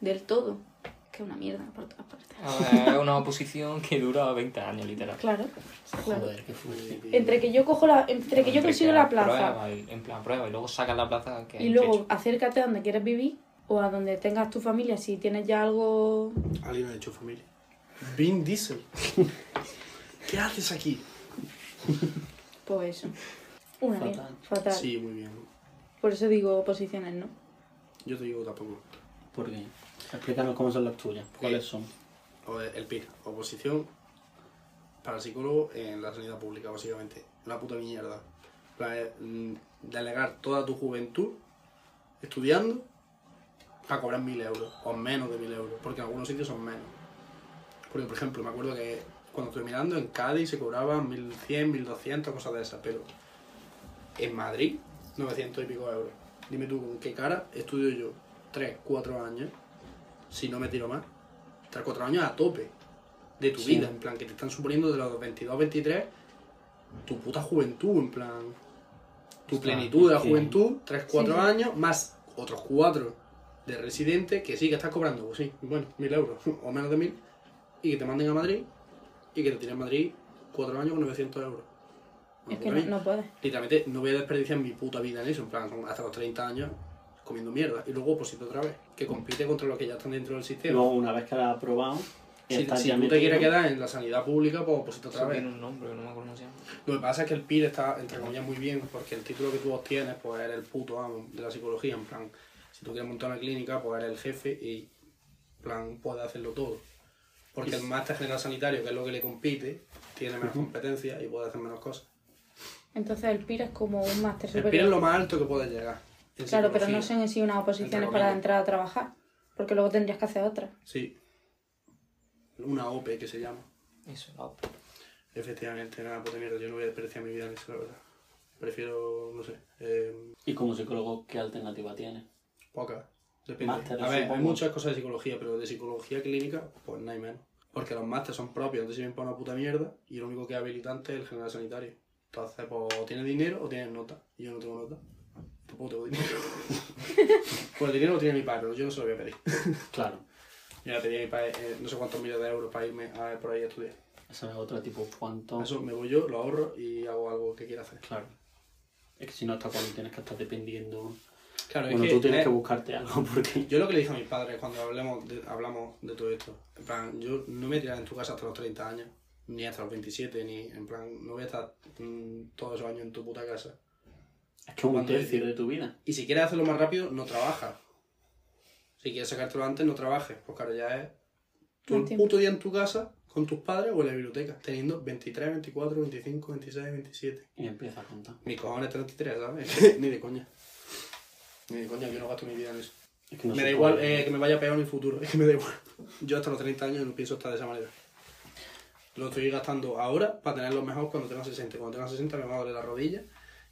Speaker 2: del todo. Es que es una mierda por todas partes.
Speaker 5: A ver, eh, es una oposición que dura 20 años, literal.
Speaker 2: Claro, claro.
Speaker 1: Joder, qué fuerte.
Speaker 2: Entre que yo cojo la, entre que yo consigo la plaza
Speaker 5: Prueba, y- en plan, prueba y luego sacas la plaza que
Speaker 2: y luego acércate a donde quieres vivir o a donde tengas tu familia si tienes ya algo
Speaker 4: Alguien ha hecho familia. Vin
Speaker 2: [LAUGHS]
Speaker 4: Diesel. ¿Qué haces aquí?
Speaker 2: pues eso. Una
Speaker 1: Fatal.
Speaker 2: mierda, fatal.
Speaker 4: Sí, muy bien.
Speaker 2: Por eso digo posiciones, ¿no?
Speaker 4: Yo te digo tampoco.
Speaker 1: ¿Por qué? Explícanos cómo son las tuyas, cuáles son.
Speaker 4: O el PIR, oposición para psicólogo en la sanidad pública, básicamente. Una puta mierda. En plan, eh, mm, Delegar toda tu juventud estudiando para cobrar mil euros o menos de mil euros, porque en algunos sitios son menos. Porque, por ejemplo, me acuerdo que cuando estuve mirando en Cádiz se cobraban 1100, 1200, cosas de esas, pero en Madrid 900 y pico euros. Dime tú, ¿con qué cara estudio yo 3, 4 años, si no me tiro más? 3, 4 años a tope de tu
Speaker 1: Sí.
Speaker 4: vida, en plan, que te están suponiendo de los 22, 23, tu puta juventud, en plan, tu
Speaker 5: Ostras,
Speaker 4: plenitud de la
Speaker 1: es que-
Speaker 4: juventud, 3, 4
Speaker 2: Sí, sí.
Speaker 4: años, más otros 4 de residente, que sí, que estás cobrando, pues sí, bueno, 1000 euros [LAUGHS] o menos de 1000, y que te manden a Madrid y que te tiren a Madrid 4 años con 900 euros. Una
Speaker 2: es que
Speaker 4: puta
Speaker 2: no,
Speaker 4: mierda.
Speaker 2: no puedes.
Speaker 4: Literalmente no voy a desperdiciar mi puta vida en eso, en plan, son hasta los 30 años comiendo mierda y luego pues, oposito otra vez, que compite contra los que ya están dentro del sistema.
Speaker 1: Luego, una vez que la has aprobado,
Speaker 4: Si,
Speaker 1: estás
Speaker 4: si
Speaker 1: ya
Speaker 4: tú te quieres
Speaker 1: metido.
Speaker 4: quedar en la sanidad pública, pues oposito otra
Speaker 5: Eso
Speaker 4: vez.
Speaker 5: tiene un nombre, que no me acuerdo cómo se llama.
Speaker 4: Lo que pasa es que el PIR está, entre comillas, muy bien, porque el título que tú obtienes, pues eres el puto amo de la psicología, en plan, si tú quieres montar una clínica, pues eres el jefe y, en plan, puedes hacerlo todo. Porque el máster general sanitario, que es lo que le compite, tiene menos competencia y puede hacer menos cosas.
Speaker 2: Entonces el PIR es como un máster
Speaker 4: El PIR es lo
Speaker 2: superior.
Speaker 4: más alto que puedes llegar. en
Speaker 2: Claro, pero no
Speaker 4: psicología.
Speaker 2: son en sí unas oposiciones para
Speaker 4: comillas.
Speaker 2: entrar a trabajar, porque luego tendrías que hacer otra.
Speaker 4: Sí. Una OPE que se llama.
Speaker 5: Eso, la op-
Speaker 4: Efectivamente, nada, puta mierda, yo no voy a desperdiciar mi vida en eso, la verdad. Prefiero, no sé, eh,
Speaker 1: Y como psicólogo, ¿qué alternativa tienes?
Speaker 4: Poca. Depende.
Speaker 1: Másteres,
Speaker 4: a ver, hay
Speaker 1: supongo.
Speaker 4: muchas cosas de psicología, pero de psicología clínica, pues no hay menos. Porque los másteres son propios, entonces sirven para una puta mierda y lo único que es habilitante es el general sanitario. Entonces, pues, o tienes dinero o tienes nota. Y yo no tengo nota. Tampoco
Speaker 1: [LAUGHS]
Speaker 4: tengo dinero. pues el dinero lo tiene mi padre, pero yo no se lo voy a pedir.
Speaker 1: Claro,
Speaker 4: Yo le pedí a mi padre eh, no sé cuántos miles de euros para irme a, por ahí a estudiar.
Speaker 1: esa es otra tipo, ¿cuánto?
Speaker 4: Eso me voy yo, lo ahorro y hago algo que quiera hacer.
Speaker 1: Claro. Es que si no, hasta cuando tienes que estar dependiendo.
Speaker 4: Claro,
Speaker 1: bueno, tú tienes
Speaker 4: eh,
Speaker 1: que buscarte algo [LAUGHS] porque.
Speaker 4: Yo lo que le dije a mis padres cuando hablemos de, hablamos de todo esto, en plan, yo no me tiraré en tu casa hasta los 30 años, ni hasta los 27, ni en plan, no voy a estar mm, todos esos años en tu puta casa.
Speaker 1: Es que es un
Speaker 4: Cuando
Speaker 1: tercio
Speaker 4: dices-
Speaker 1: de tu vida.
Speaker 4: Y si quieres hacerlo más rápido, no trabajas. Si quieres sacártelo antes, no trabajes. Pues claro, ya es tú
Speaker 2: No
Speaker 4: el
Speaker 2: tiempo.
Speaker 4: puto día en tu casa, con tus padres o en la biblioteca, teniendo 23, 24, 25, 26, 27.
Speaker 1: Y empieza a contar.
Speaker 4: Mis cojones 33, ¿sabes? [LAUGHS] ni de coña. Ni de coña, yo no gasto mi vida en eso.
Speaker 1: Es que no
Speaker 4: me
Speaker 1: se
Speaker 4: da
Speaker 1: puede.
Speaker 4: igual eh, que me vaya peor en el futuro, [LAUGHS] es que me da igual. Yo hasta los 30 años no pienso estar de esa manera. Lo estoy gastando ahora para tenerlo mejor cuando tenga 60. Cuando tenga 60 me va a doler la rodilla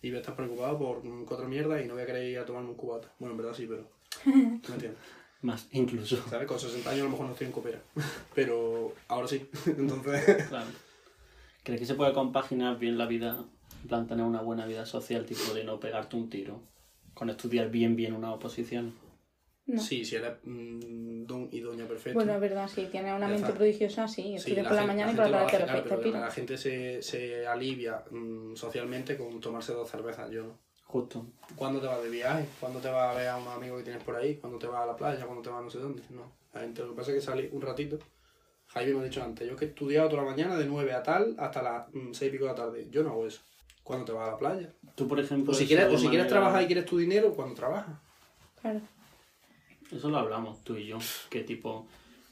Speaker 4: y voy a estar preocupado por mm, cuatro mierdas y no voy a querer ir a tomarme un cubata. Bueno, en verdad sí,
Speaker 2: [LAUGHS]
Speaker 4: pero... ¿Tú me entiendes?
Speaker 1: Más, incluso.
Speaker 4: [LAUGHS] ¿Sabes? Con 60 años a lo mejor no estoy en copera. [LAUGHS] Pero ahora sí. [LAUGHS] Entonces...
Speaker 1: Claro. ¿Crees que se puede compaginar bien la vida, en plan tener una buena vida social, tipo de no pegarte un tiro, con estudiar bien bien una oposición?
Speaker 2: No.
Speaker 4: Sí, si eres mm, don y doña perfecta.
Speaker 2: Bueno, es verdad, si tienes una
Speaker 4: Ya
Speaker 2: mente
Speaker 4: está.
Speaker 2: prodigiosa, sí,
Speaker 4: Sí,
Speaker 2: estudias por la
Speaker 4: gen-
Speaker 2: mañana y por
Speaker 4: gente
Speaker 2: la
Speaker 4: lo
Speaker 2: tarde te
Speaker 4: hace, claro,
Speaker 2: lo
Speaker 4: pero
Speaker 2: pila.
Speaker 4: La gente se, se alivia mm, socialmente con tomarse dos cervezas, yo no.
Speaker 1: Justo.
Speaker 4: ¿Cuándo te vas de viaje? ¿Cuándo te vas a ver a un amigo que tienes por ahí? ¿Cuándo te vas a la playa? ¿Cuándo te vas a no sé dónde? No. La gente lo que pasa es que sale un ratito, Jaime me ha dicho antes, yo que he estudiado toda la mañana de 9 a tal hasta las mm, 6 y pico de la tarde. Yo no hago eso. Cuando te vas a la playa.
Speaker 1: Tú, por ejemplo.
Speaker 4: O Pues si
Speaker 1: eso
Speaker 4: quieres,
Speaker 1: de
Speaker 4: o si quieres
Speaker 1: manera-
Speaker 4: trabajar y quieres tu dinero, cuando trabajas.
Speaker 2: Claro.
Speaker 1: Eso lo hablamos tú y yo. Que tipo.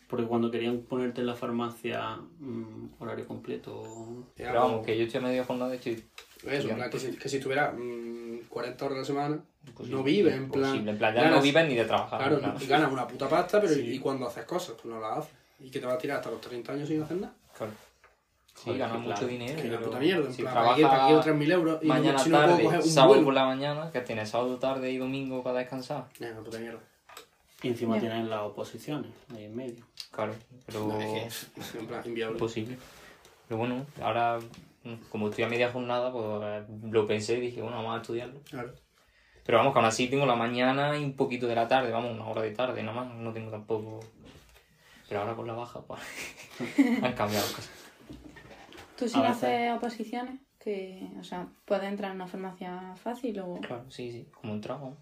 Speaker 1: Porque cuando querían ponerte en la farmacia mm, horario completo.
Speaker 4: Es
Speaker 5: Pero
Speaker 4: algo-
Speaker 5: vamos, que yo estoy a media jornada y estoy...
Speaker 4: Eso, en
Speaker 5: Ya.
Speaker 4: plan, que si, que si tuviera mm, 40 horas a la semana,
Speaker 5: imposible,
Speaker 4: no vives, en plan.
Speaker 5: Pues imposible, en plan, ya no
Speaker 4: ganas-
Speaker 5: vives ni de trabajar.
Speaker 4: Claro,
Speaker 5: claro.
Speaker 4: ganas una puta pasta, pero
Speaker 1: Sí.
Speaker 4: ¿y cuando haces cosas? Pues no las haces. ¿Y que te vas a tirar hasta los 30 años sin hacer nada?
Speaker 5: Claro. Sí,
Speaker 1: Joder,
Speaker 5: ganas
Speaker 1: que
Speaker 5: mucho
Speaker 1: claro,
Speaker 5: dinero.
Speaker 4: Que una
Speaker 5: pero
Speaker 4: puta mierda. En
Speaker 5: si
Speaker 4: plan,
Speaker 5: trabajas
Speaker 4: aquí, aquí otros 3.000 euros y no-
Speaker 5: mañana
Speaker 4: si no puedo
Speaker 5: tarde,
Speaker 4: coger un
Speaker 5: sábado
Speaker 4: vuelo.
Speaker 5: por la mañana, que tienes sábado tarde y domingo para descansar.
Speaker 4: Es una puta mierda.
Speaker 1: Y encima
Speaker 2: Ya.
Speaker 1: tienes las oposiciones ahí en medio.
Speaker 5: Claro, pero
Speaker 4: No, es que, en plan, inviable.
Speaker 5: imposible. Pero bueno, ahora mm, como estoy a media jornada, pues eh, lo pensé y dije, bueno, vamos a estudiarlo.
Speaker 4: Claro.
Speaker 5: Pero vamos, que aún así tengo la mañana y un poquito de la tarde, vamos, una hora de tarde nada más, no tengo tampoco... Pero ahora con la baja, pues, [LAUGHS] han cambiado las cosas.
Speaker 2: Tú si
Speaker 1: A
Speaker 2: no
Speaker 1: veces.
Speaker 2: haces oposiciones, que, o sea, puedes entrar en una farmacia fácil o...
Speaker 5: Claro, sí, sí, como un trabajo.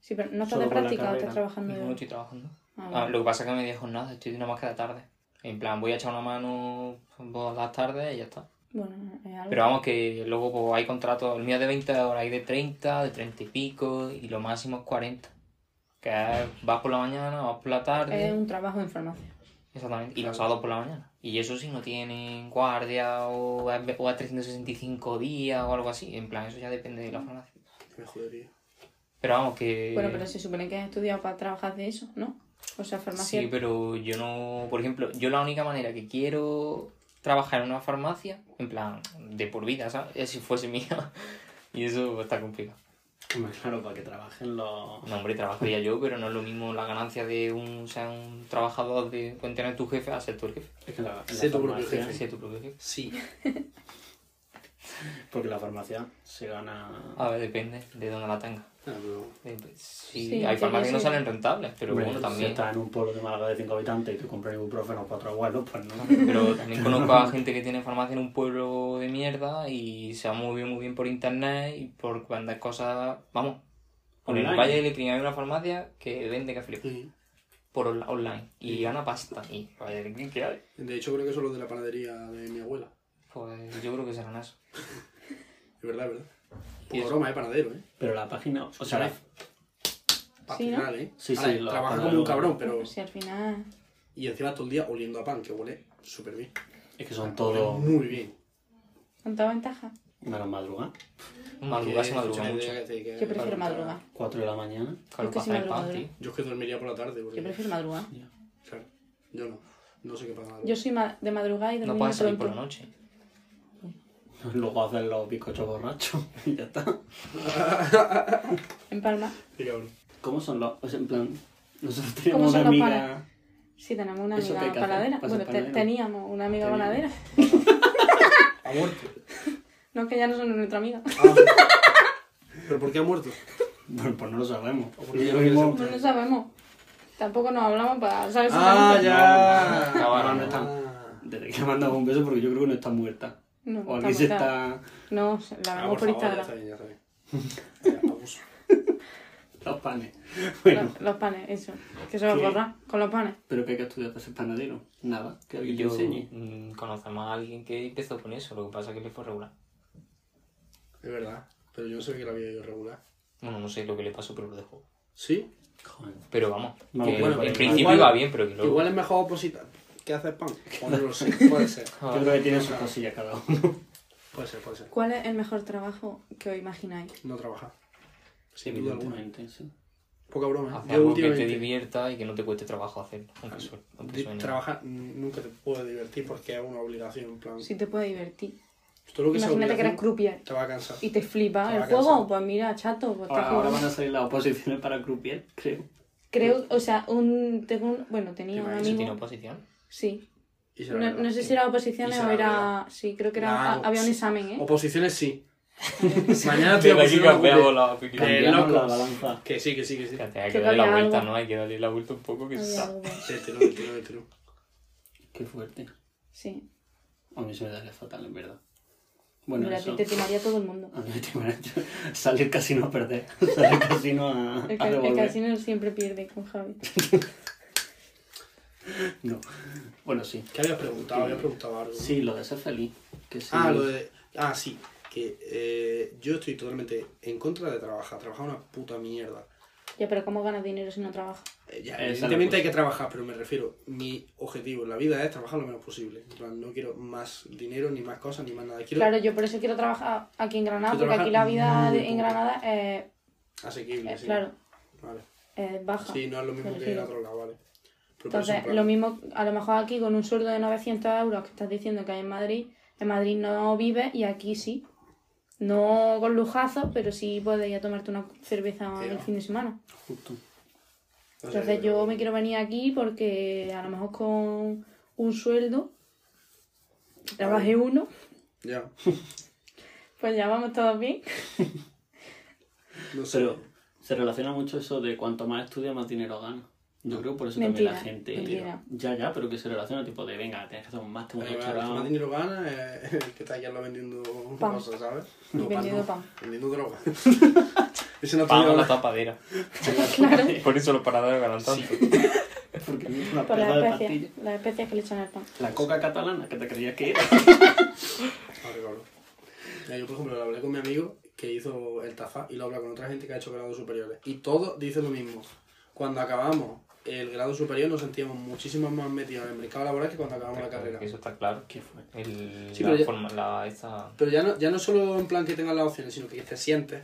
Speaker 2: Sí, pero no estás
Speaker 1: Solo
Speaker 2: de
Speaker 1: con la
Speaker 2: práctica o
Speaker 1: carrera.
Speaker 2: estás trabajando
Speaker 5: No
Speaker 2: de...
Speaker 5: estoy trabajando.
Speaker 2: Ah,
Speaker 5: Ah,
Speaker 2: bueno.
Speaker 5: lo que pasa es que a media jornada estoy una más que de tarde. En plan, voy a echar una mano todas las tardes y ya está.
Speaker 2: Ah, Bueno, es algo.
Speaker 5: Pero vamos, que luego pues, hay contratos, el mío es de 20 horas, hay de 30, de 30 y pico, y lo máximo es 40. Que es, vas por la mañana, vas por la tarde,
Speaker 2: Es un trabajo en farmacia.
Speaker 5: exactamente, y los sábados por la mañana. Y eso sí, no tienen guardia o es, o es 365 días o algo así, en plan, eso ya depende de la farmacia.
Speaker 4: Me jodería.
Speaker 5: Pero vamos, que...
Speaker 2: Mm. Bueno, pero se supone que has estudiado para trabajar de eso, ¿no? O sea, farmacia...
Speaker 5: Sí, pero yo no, por ejemplo, yo la única manera que quiero trabajar en una farmacia, en plan, de por vida, ¿sabes? Es si fuese [LAUGHS] mía. Y eso está complicado.
Speaker 1: Hombre, claro, para que trabajen los.
Speaker 5: No, hombre, trabajaría yo, pero no es lo mismo la ganancia de un, o sea, un trabajador de con tener tu jefe a ser tu jefe.
Speaker 1: Es que la, la
Speaker 4: Sé tu propio
Speaker 1: farmacia-
Speaker 4: jefe.
Speaker 5: Ser tu propio jefe.
Speaker 4: Sí.
Speaker 1: Porque la farmacia se gana.
Speaker 5: A ver, depende de dónde la tenga.
Speaker 4: Ah, pero-
Speaker 5: Eh, pues, Sí,
Speaker 2: Sí,
Speaker 5: hay
Speaker 2: que yo
Speaker 5: farmacias que no
Speaker 2: sí.
Speaker 5: salen rentables, pero
Speaker 1: Hombre,
Speaker 5: bueno,
Speaker 1: Si
Speaker 5: también.
Speaker 1: estás en un pueblo de Málaga de 5 habitantes y te compras ibuprofeno para cuatro abuelos, pues no.
Speaker 5: Pero [LAUGHS] también conozco a gente que tiene farmacia en un pueblo de mierda y se ha movido muy bien por internet y por vender cosas. Vamos, por el
Speaker 1: Online.
Speaker 5: Valle de Lecrín hay una farmacia que vende café
Speaker 4: Sí.
Speaker 5: por on- online y gana pasta. Y Valle de Lecrín, ¿qué hay?
Speaker 4: De hecho, creo que eso es lo de la panadería de mi abuela.
Speaker 5: Pues yo creo que serán eso.
Speaker 4: Es verdad, es verdad.
Speaker 5: Y
Speaker 4: Por
Speaker 5: eso-
Speaker 4: broma, es panadero, ¿eh?
Speaker 1: Pero la página. O sea, la-
Speaker 4: Para
Speaker 2: Sí, ¿no?
Speaker 4: final, ¿eh?
Speaker 1: Sí, sí,
Speaker 4: Ahora,
Speaker 1: lo-
Speaker 4: Trabaja
Speaker 1: lo-
Speaker 4: como un cabrón, pero...
Speaker 2: Si al final...
Speaker 4: Y encima todo el día oliendo a pan, que huele súper bien.
Speaker 1: es que son todos.
Speaker 4: Muy bien.
Speaker 2: ¿Cuánta ventaja?
Speaker 1: Menos madrugada,
Speaker 5: Madrugar se
Speaker 4: Que-
Speaker 5: madruga
Speaker 4: escúchame,
Speaker 5: mucho.
Speaker 4: que- que- que-
Speaker 2: Yo prefiero
Speaker 4: para-
Speaker 2: madrugar.
Speaker 1: 4 de la mañana. [LAUGHS]
Speaker 2: Yo
Speaker 5: Claro,
Speaker 2: que
Speaker 5: para
Speaker 2: soy
Speaker 5: hacer pan,
Speaker 2: madrugadora.
Speaker 5: tío.
Speaker 4: Yo es que dormiría por la tarde, porque...
Speaker 2: Yo prefiero madrugar.
Speaker 4: Claro, yo no. No sé qué pasa.
Speaker 2: Yo soy ma- de madrugada y de
Speaker 5: No puedes salir por la noche.
Speaker 1: Luego hacer los bizcochos borrachos [LAUGHS] y ya está.
Speaker 2: En Palma.
Speaker 4: Qué cabrón.
Speaker 1: ¿Cómo son los.? O sea, en plan. Nosotros
Speaker 2: ¿Cómo
Speaker 1: teníamos
Speaker 2: son
Speaker 1: una
Speaker 2: los
Speaker 1: amiga.
Speaker 2: Sí, tenemos una
Speaker 1: Eso que hay
Speaker 2: amiga
Speaker 1: que hacer,
Speaker 2: panadera.
Speaker 1: pasar
Speaker 2: Bueno, te-
Speaker 1: panadero.
Speaker 2: teníamos una amiga
Speaker 1: Teníamos.
Speaker 2: panadera.
Speaker 4: Ha muerto.
Speaker 2: No, que ya no son nuestra amiga.
Speaker 4: Ah. ¿Pero por qué ha muerto?
Speaker 1: Bueno, pues no lo sabemos.
Speaker 4: O porque
Speaker 1: Y lo
Speaker 4: ya no quiere
Speaker 1: mismo-
Speaker 4: ser-
Speaker 2: Pues no sabemos. Tampoco nos hablamos para saber
Speaker 4: Ah,
Speaker 2: exactamente.
Speaker 4: ya. Ah,
Speaker 5: No, no, no, no
Speaker 1: está. Desde que le mandamos un beso porque yo creo que no está muerta.
Speaker 2: No,
Speaker 1: O
Speaker 2: estamos
Speaker 1: aquí se
Speaker 2: tal.
Speaker 1: está.
Speaker 2: No, la
Speaker 4: Ah,
Speaker 2: hablamos por,
Speaker 4: por favor, ya
Speaker 2: Instagram.
Speaker 4: está bien, ya está bien. [LAUGHS] Ya, abuso.
Speaker 1: Los panes. [LAUGHS]
Speaker 2: Lo-
Speaker 1: Bueno,
Speaker 2: Los, panes, eso. Que se va a
Speaker 1: ¿Qué?
Speaker 2: borrar con los panes.
Speaker 1: pero que hay que estudiar para ser panadero. Nada, que alguien te
Speaker 5: Yo
Speaker 1: enseñe.
Speaker 5: mm, conocemos a alguien que empezó con eso, lo que pasa es que le fue regular.
Speaker 4: Es verdad. Pero yo no sé que la había yo regular.
Speaker 5: Bueno, no sé lo que le pasó, pero lo dejó.
Speaker 4: ¿Sí?
Speaker 1: Joder.
Speaker 5: Pero vamos,
Speaker 1: No,
Speaker 5: que
Speaker 1: bueno,
Speaker 5: en
Speaker 1: pero
Speaker 5: principio
Speaker 4: igual-
Speaker 5: iba bien, pero que luego...
Speaker 4: Igual es mejor opositar. ¿Qué haces, pan? O no lo sé. Puede ser.
Speaker 5: Ah,
Speaker 1: Yo creo que tiene sus cosillas cada uno.
Speaker 4: Puede ser, puede ser.
Speaker 2: ¿Cuál es el mejor trabajo que os imagináis?
Speaker 4: No trabajar. Sin duda alguna.
Speaker 1: Evidentemente, sí.
Speaker 4: Poca broma. ¿eh?
Speaker 5: Hacer
Speaker 4: Yo
Speaker 5: algo que te
Speaker 4: últimamente...
Speaker 5: divierta y que no te cueste trabajo hacerlo, aunque suene. aunque
Speaker 4: di-
Speaker 5: suene.
Speaker 4: Trabajar mm, nunca te puede divertir porque es una obligación. En plan,
Speaker 2: Si te puede divertir.
Speaker 4: todo lo que sea
Speaker 2: Imagínate que eres
Speaker 4: obligación
Speaker 2: croupier
Speaker 4: te va a cansar.
Speaker 2: y te flipa
Speaker 4: Te va
Speaker 2: el
Speaker 4: a
Speaker 2: juego.
Speaker 4: cansar.
Speaker 2: Pues mira, chato, pues
Speaker 1: Ahora,
Speaker 2: estás
Speaker 1: ahora van
Speaker 2: jugando.
Speaker 1: a salir las oposiciones para croupier, creo.
Speaker 2: Creo, o sea, un, tengo un- bueno, tenía un
Speaker 4: Eso
Speaker 5: Eso tiene
Speaker 2: amigo.
Speaker 5: oposición.
Speaker 2: Sí.
Speaker 4: Y será
Speaker 2: No,
Speaker 4: verdad.
Speaker 2: no sé si era oposiciones
Speaker 4: Y
Speaker 2: o
Speaker 4: será
Speaker 2: era.
Speaker 4: verdad.
Speaker 2: Sí, creo que era,
Speaker 4: Nah,
Speaker 2: ah, había un examen, ¿eh?
Speaker 4: Oposiciones sí. Mañana estoy oposiciones cumple.
Speaker 5: la
Speaker 4: Eh,
Speaker 1: Cambiamos la
Speaker 4: locos.
Speaker 1: balanza.
Speaker 4: Que sí, que sí, que sí.
Speaker 5: Hay que
Speaker 2: Creo que
Speaker 5: darle la
Speaker 2: había
Speaker 5: vuelta,
Speaker 2: algo.
Speaker 5: ¿no? Hay que darle la vuelta un poco
Speaker 2: [LAUGHS]
Speaker 5: que...
Speaker 2: Había
Speaker 5: sa-
Speaker 2: algo.
Speaker 4: Del tirón, del tirón, del tirón.
Speaker 1: Qué fuerte.
Speaker 2: Sí.
Speaker 1: A mí se me daría fatal, en verdad. Bueno,
Speaker 2: Mira, a ti
Speaker 1: eso.
Speaker 2: te timaría todo el mundo.
Speaker 1: A mí me tiene hecho [LAUGHS] salir casino a perder. [LAUGHS] Salir casino a,
Speaker 2: El,
Speaker 1: a
Speaker 2: ca- el
Speaker 1: revolver.
Speaker 2: casino siempre pierde con Javi.
Speaker 1: No. Bueno, sí.
Speaker 4: ¿Qué habías preguntado? Habías preguntado algo. ¿no?
Speaker 1: Sí, lo de ser feliz. Que sí.
Speaker 4: Ah, lo de. Ah, sí. Que eh, yo estoy totalmente en contra de trabajar. Trabajar es una puta mierda.
Speaker 2: Ya, pero ¿cómo ganas dinero si no trabajas?
Speaker 4: Eh, ya,
Speaker 1: Esa es la
Speaker 4: evidentemente hay
Speaker 1: cosa.
Speaker 4: que trabajar, pero me refiero, mi objetivo en la vida es trabajar lo menos posible. En plan, no quiero más dinero, ni más cosas, ni más nada. Quiero
Speaker 2: Claro, yo por eso quiero trabajar aquí en Granada,
Speaker 4: Quiero
Speaker 2: porque aquí la vida
Speaker 4: trabajar
Speaker 2: de-
Speaker 4: muy
Speaker 2: en
Speaker 4: poco.
Speaker 2: Granada es,
Speaker 4: asequible.
Speaker 2: es-
Speaker 4: sí.
Speaker 2: Eh, claro,
Speaker 4: Vale.
Speaker 2: es baja.
Speaker 4: Sí, no es lo mismo
Speaker 2: me
Speaker 4: que en
Speaker 2: refiero.
Speaker 4: otro lado, vale. Pero por eso, en
Speaker 2: Entonces,
Speaker 4: plan,
Speaker 2: lo mismo, a lo mejor aquí con un sueldo de 900 euros que estás diciendo que hay en Madrid, en Madrid no vives y aquí sí. No con lujazos, pero sí puedes ir a tomarte una cerveza
Speaker 4: Ya.
Speaker 2: el fin de semana.
Speaker 1: Justo.
Speaker 4: no sé,
Speaker 2: Entonces yo me quiero venir aquí porque a lo mejor con un sueldo, trabajé uno,
Speaker 4: Ya, [LAUGHS]
Speaker 2: pues ya vamos todos bien.
Speaker 4: no sé.
Speaker 1: Pero se relaciona mucho eso de cuanto más estudia, más dinero gana. Yo creo por eso
Speaker 2: Mentira,
Speaker 1: también la gente.
Speaker 2: mentira.
Speaker 1: Ya, ya, pero que se relaciona tipo de, venga, tienes que hacer un máster, un
Speaker 4: Eh, el que más
Speaker 1: doctorado.
Speaker 4: dinero gana es el [LAUGHS] que está aquí al lado vendiendo
Speaker 2: Pan.
Speaker 4: cosas, ¿sabes?
Speaker 2: vendiendo
Speaker 4: no.
Speaker 2: pan.
Speaker 4: Vendiendo droga. Ese no
Speaker 5: Pago
Speaker 4: tiene-
Speaker 5: la tapadera.
Speaker 2: Claro,
Speaker 5: Por eso los paraderos ganan tanto.
Speaker 1: Porque me hizo una
Speaker 2: por
Speaker 1: pegada
Speaker 2: las
Speaker 1: de pastillas.
Speaker 2: especias, las especias que le echan al pan.
Speaker 1: La coca catalana, que te creías que
Speaker 4: [LAUGHS]
Speaker 1: era.
Speaker 4: Ahora, claro. Ah, Mira, Yo, por ejemplo, lo hablé con mi amigo que hizo el TAFA y lo habla con otra gente que ha hecho grados superiores. Y todos dicen lo mismo. Cuando acabamos el grado superior nos sentíamos muchísimo más metidos en el mercado laboral que cuando acabamos la carrera.
Speaker 5: Eso está claro.
Speaker 1: ¿Qué fue?
Speaker 5: El,
Speaker 4: Sí,
Speaker 5: la
Speaker 4: pero ya-
Speaker 5: forma, la, esa...
Speaker 4: Pero ya no, ya no solo en plan que tengas las opciones, sino que te sientes,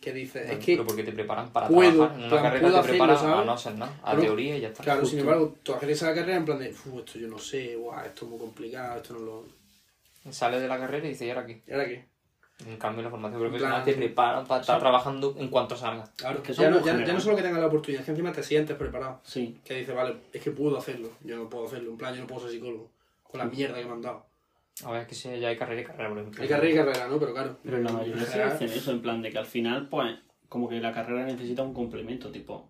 Speaker 4: que dices,
Speaker 5: Bueno,
Speaker 4: es que...
Speaker 5: pero porque te preparan para
Speaker 4: puedo,
Speaker 5: trabajar. En
Speaker 4: plan,
Speaker 5: una carrera
Speaker 4: puedo
Speaker 5: te
Speaker 4: hacerlo,
Speaker 5: preparan a
Speaker 4: ¿sabes?
Speaker 5: no hacer nada, a
Speaker 4: Claro,
Speaker 5: teoría y ya está.
Speaker 4: Claro, sin
Speaker 1: justo.
Speaker 4: embargo, tú haces la carrera en plan de, "Uf, esto yo no sé, guau, esto es muy complicado, esto no lo...
Speaker 5: Sales de la carrera y dices, ¿y ahora qué?
Speaker 4: ¿Y ahora qué?
Speaker 5: En cambio, la formación profesional
Speaker 4: plan-
Speaker 5: te preparan para estar trabajando en cuanto salgas.
Speaker 4: Claro,
Speaker 1: Es que
Speaker 4: ya,
Speaker 1: son
Speaker 4: Ah, no,
Speaker 1: muy
Speaker 4: ya, no- ya no
Speaker 1: generales.
Speaker 4: solo que tengas la oportunidad, es que encima te sientes preparado.
Speaker 1: Sí,
Speaker 4: Que dices, vale, es que puedo hacerlo, yo no puedo hacerlo, en plan, yo no puedo ser psicólogo, con la mierda que me han dado.
Speaker 5: A ver, es que sí, ya hay carrera y carrera, por ejemplo.
Speaker 4: Hay carrera y carrera, ¿no? Pero claro.
Speaker 1: pero la mayoría se
Speaker 4: general-
Speaker 1: hacen eso, en plan de que al final, pues, como que la carrera necesita un complemento, tipo,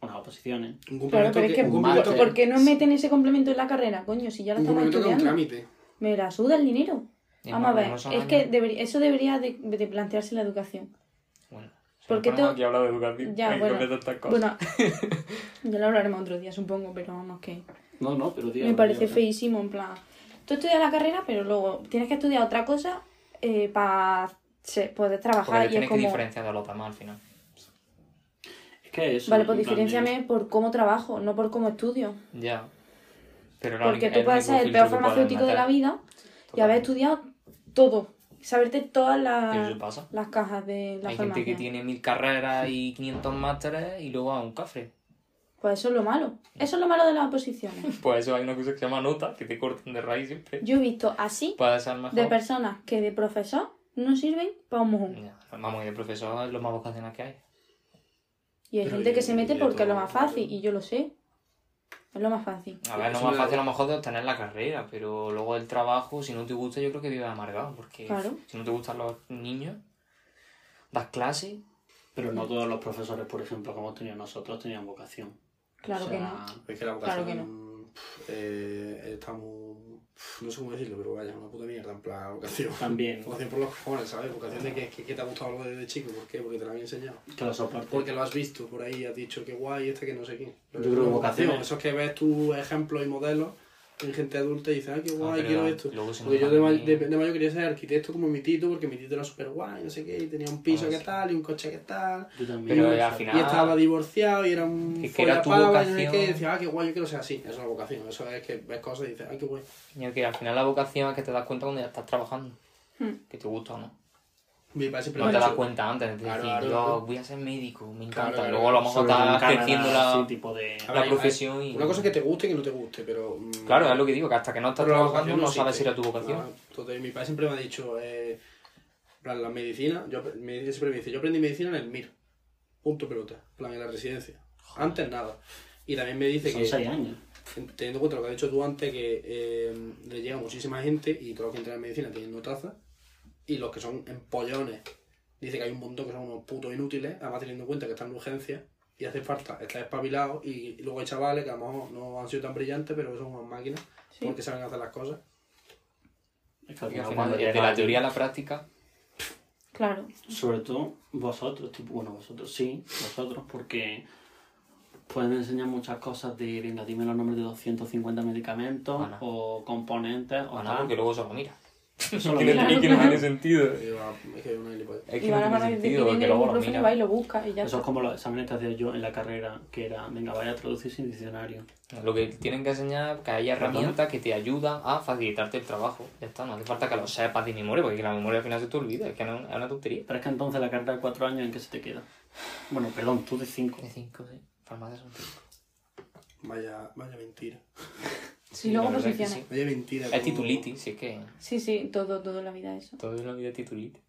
Speaker 1: unas oposiciones.
Speaker 4: Un
Speaker 2: Claro,
Speaker 4: complemento
Speaker 2: pero es que,
Speaker 4: un
Speaker 2: ¿por,
Speaker 4: complemento
Speaker 5: macho.
Speaker 2: por qué no meten ese complemento en la carrera, coño? Si ya lo
Speaker 4: un
Speaker 2: estamos
Speaker 4: complemento que es un
Speaker 2: estudiando.
Speaker 4: trámite.
Speaker 2: Me la suda el dinero.
Speaker 5: Y
Speaker 2: Vamos a
Speaker 5: no,
Speaker 2: ver,
Speaker 5: no son
Speaker 2: es
Speaker 5: años.
Speaker 2: que debería- eso debería de, de plantearse la educación.
Speaker 5: Bueno, si
Speaker 2: ¿Por
Speaker 5: nos
Speaker 2: qué
Speaker 5: ponemos
Speaker 2: te-
Speaker 5: aquí a hablar de educación.
Speaker 2: Ya,
Speaker 5: hay que
Speaker 2: bueno.
Speaker 5: cambiar tantas cosas. [LAUGHS]
Speaker 2: Bueno, ya lo hablaremos otro día, supongo, pero vamos que...
Speaker 1: No, no, pero tío.
Speaker 2: Me parece
Speaker 1: tío,
Speaker 2: feísimo, en plan... Tú estudias la carrera, pero luego tienes que estudiar otra cosa para poder
Speaker 5: Porque
Speaker 2: trabajar y
Speaker 5: te
Speaker 2: es
Speaker 5: tienes que
Speaker 2: como...
Speaker 5: diferenciar de los demás al final.
Speaker 1: Es que eso.
Speaker 2: Vale, pues
Speaker 1: en plan de-
Speaker 2: diferenciame por cómo trabajo, no por cómo estudio.
Speaker 5: Ya. Pero la
Speaker 2: Porque
Speaker 5: única-
Speaker 2: tú
Speaker 5: el
Speaker 2: puedes ser
Speaker 5: único
Speaker 2: el
Speaker 5: filtro
Speaker 2: peor
Speaker 5: que puedes
Speaker 2: farmacéutico de la
Speaker 5: meter.
Speaker 2: vida y
Speaker 5: Totalmente.
Speaker 2: haber estudiado todo. Saberte todas
Speaker 5: Pero
Speaker 2: las,
Speaker 5: eso pasa.
Speaker 2: las cajas de la
Speaker 5: Hay gente
Speaker 2: farmacia.
Speaker 5: que tiene mil carreras y 500 másteres y luego a un cafre.
Speaker 2: Pues eso es lo malo. Eso es lo malo de las oposiciones.
Speaker 5: [LAUGHS] Pues eso hay una cosa que se llama nota, que te cortan de raíz siempre.
Speaker 2: Yo he visto así
Speaker 5: Puede ser mejor.
Speaker 2: de personas que de profesor no sirven para un mojón.
Speaker 5: Ya, Vamos, y de profesor es lo más vocacional que hay.
Speaker 2: Y hay
Speaker 4: Pero
Speaker 2: gente
Speaker 4: y-
Speaker 2: que se mete
Speaker 4: y de
Speaker 2: porque es lo
Speaker 4: todo,
Speaker 2: más fácil, y yo lo sé. Es lo más fácil.
Speaker 5: A ver, no
Speaker 4: Eso
Speaker 5: es más
Speaker 4: me-
Speaker 5: fácil a lo mejor de obtener la carrera, pero luego el trabajo, si no te gusta, yo creo que vive amargado, porque
Speaker 2: Claro.
Speaker 5: si no te gustan los niños, das clases,
Speaker 1: Pero no todos los profesores, por ejemplo, como hemos tenido nosotros, tenían vocación.
Speaker 2: Claro
Speaker 1: O
Speaker 2: que
Speaker 1: sea,
Speaker 2: no.
Speaker 4: Es que la
Speaker 2: Claro
Speaker 4: vocación
Speaker 2: que
Speaker 4: pf, eh, estamos... pf, No sé cómo decirlo, pero vaya, una puta mierda, en plan, vocación. [LAUGHS]
Speaker 5: [LAUGHS]
Speaker 1: También,
Speaker 4: Vocación por los cojones, ¿sabes? Vocación de que, que, que te ha gustado algo desde chico. ¿Por qué? Porque te lo han enseñado.
Speaker 1: que lo soporte.
Speaker 4: Porque lo has visto por ahí, has dicho que guay, este que no sé qué.
Speaker 1: Yo creo que vocación es-
Speaker 4: Eso es que ves tus ejemplos y modelos en gente adulta y dices, ah, qué guay,
Speaker 5: pero
Speaker 4: quiero esto.
Speaker 5: luego se
Speaker 4: Porque yo
Speaker 5: nota
Speaker 4: de, ma-
Speaker 5: también.
Speaker 4: de- de mayo quería ser arquitecto como mi tito, porque mi tito era súper guay, no sé qué, y tenía un piso
Speaker 5: Ah,
Speaker 4: que
Speaker 5: sí.
Speaker 4: tal, y un coche que tal.
Speaker 1: Yo también.
Speaker 5: pero
Speaker 1: o
Speaker 5: eh,
Speaker 1: sea,
Speaker 5: al final...
Speaker 4: Y estaba divorciado y era un
Speaker 5: Es que era tu
Speaker 4: follapava, y no sé
Speaker 5: vocación.
Speaker 4: qué, y decía, ah, qué guay, yo quiero ser así. Eso es la vocación, eso es que ves cosas y dices, ah, qué guay.
Speaker 5: Yo que al final la vocación es que te das cuenta cuando ya estás trabajando,
Speaker 2: Hmm.
Speaker 5: que te gusta o no.
Speaker 4: Mi padre siempre
Speaker 5: No
Speaker 4: me
Speaker 5: te
Speaker 4: ha
Speaker 5: das
Speaker 4: dicho-
Speaker 5: cuenta antes, de
Speaker 4: Claro,
Speaker 5: decir,
Speaker 4: claro,
Speaker 5: yo
Speaker 4: claro.
Speaker 5: voy a ser médico, me encanta.
Speaker 4: claro,
Speaker 5: Luego a lo mejor
Speaker 1: sobre todo en
Speaker 5: estás
Speaker 1: Canadá,
Speaker 5: ejerciendo la,
Speaker 1: sí, tipo de...
Speaker 4: A
Speaker 5: la
Speaker 4: ver,
Speaker 5: profesión y...
Speaker 4: Una cosa es que te guste y que no te guste, pero... mm,
Speaker 5: Claro, es lo que digo, que hasta que no estás
Speaker 4: Pero la
Speaker 5: trabajando
Speaker 4: vocación
Speaker 5: no sabes si
Speaker 4: existe.
Speaker 5: era tu vocación.
Speaker 4: No, entonces, mi padre siempre me ha dicho, eh, en plan, la medicina, yo, apre- me, dice- siempre me dice, yo aprendí medicina en el MIR, punto pelota, en plan, en la residencia, antes nada. Y también me dice
Speaker 1: Son
Speaker 4: que,
Speaker 1: seis años.
Speaker 4: teniendo en cuenta lo que has dicho tú antes, que eh, le llega muchísima gente y todos los que entran en medicina tienen notazas, y los que son empollones, dice que hay un montón que son unos putos inútiles, además teniendo en cuenta que están en urgencia y hace falta estar espabilados, y luego hay chavales que a lo mejor no han sido tan brillantes, pero son unas máquinas,
Speaker 2: Sí.
Speaker 4: porque saben hacer las cosas.
Speaker 1: Es que al
Speaker 5: Y al
Speaker 1: final,
Speaker 5: final,
Speaker 1: cuando
Speaker 5: de
Speaker 1: llegas
Speaker 5: la
Speaker 1: allí,
Speaker 5: teoría a la práctica,
Speaker 2: Claro.
Speaker 1: Sobre todo vosotros, tipo, bueno, vosotros sí, vosotros, porque Pueden enseñar muchas cosas de, venga, dime los nombres de 250 medicamentos
Speaker 5: Bueno.
Speaker 1: o componentes o
Speaker 5: O pues nada,
Speaker 1: tal.
Speaker 5: porque luego solo mira.
Speaker 1: Solo
Speaker 5: Que no-
Speaker 1: mira.
Speaker 5: es que no [LAUGHS] tiene sentido.
Speaker 4: Y va- ah, Es que una gilipollas.
Speaker 5: Es
Speaker 2: Y
Speaker 5: que no
Speaker 2: van a
Speaker 5: tiene
Speaker 2: decir que
Speaker 5: sentido, porque
Speaker 2: tiene
Speaker 5: luego
Speaker 2: un
Speaker 5: lo
Speaker 2: profesor y va y
Speaker 5: mira.
Speaker 2: lo busca y ya
Speaker 1: Eso
Speaker 2: está.
Speaker 1: es como los exámenes que hacía yo en la carrera, que era, venga, vaya a traducir sin diccionario.
Speaker 5: Lo que tienen que enseñar que hay herramientas que te ayudan a facilitarte el trabajo. Ya está, no hace falta que lo sepas de memoria, porque la memoria al final se te olvida, es que no, es una tontería.
Speaker 1: Pero es que entonces la carrera de cuatro años, ¿en qué se te queda? Bueno, perdón, tú de cinco.
Speaker 5: De 5, sí. Farmacia son cinco.
Speaker 4: Vaya, vaya mentira.
Speaker 2: Y luego
Speaker 5: la verdad es que
Speaker 2: posiciones.
Speaker 5: sí.
Speaker 4: Vaya mentira.
Speaker 5: Es
Speaker 4: como-
Speaker 5: titulitis, sí es que
Speaker 2: Sí, sí, todo, todo en la vida eso.
Speaker 5: todo en la vida es titulitis.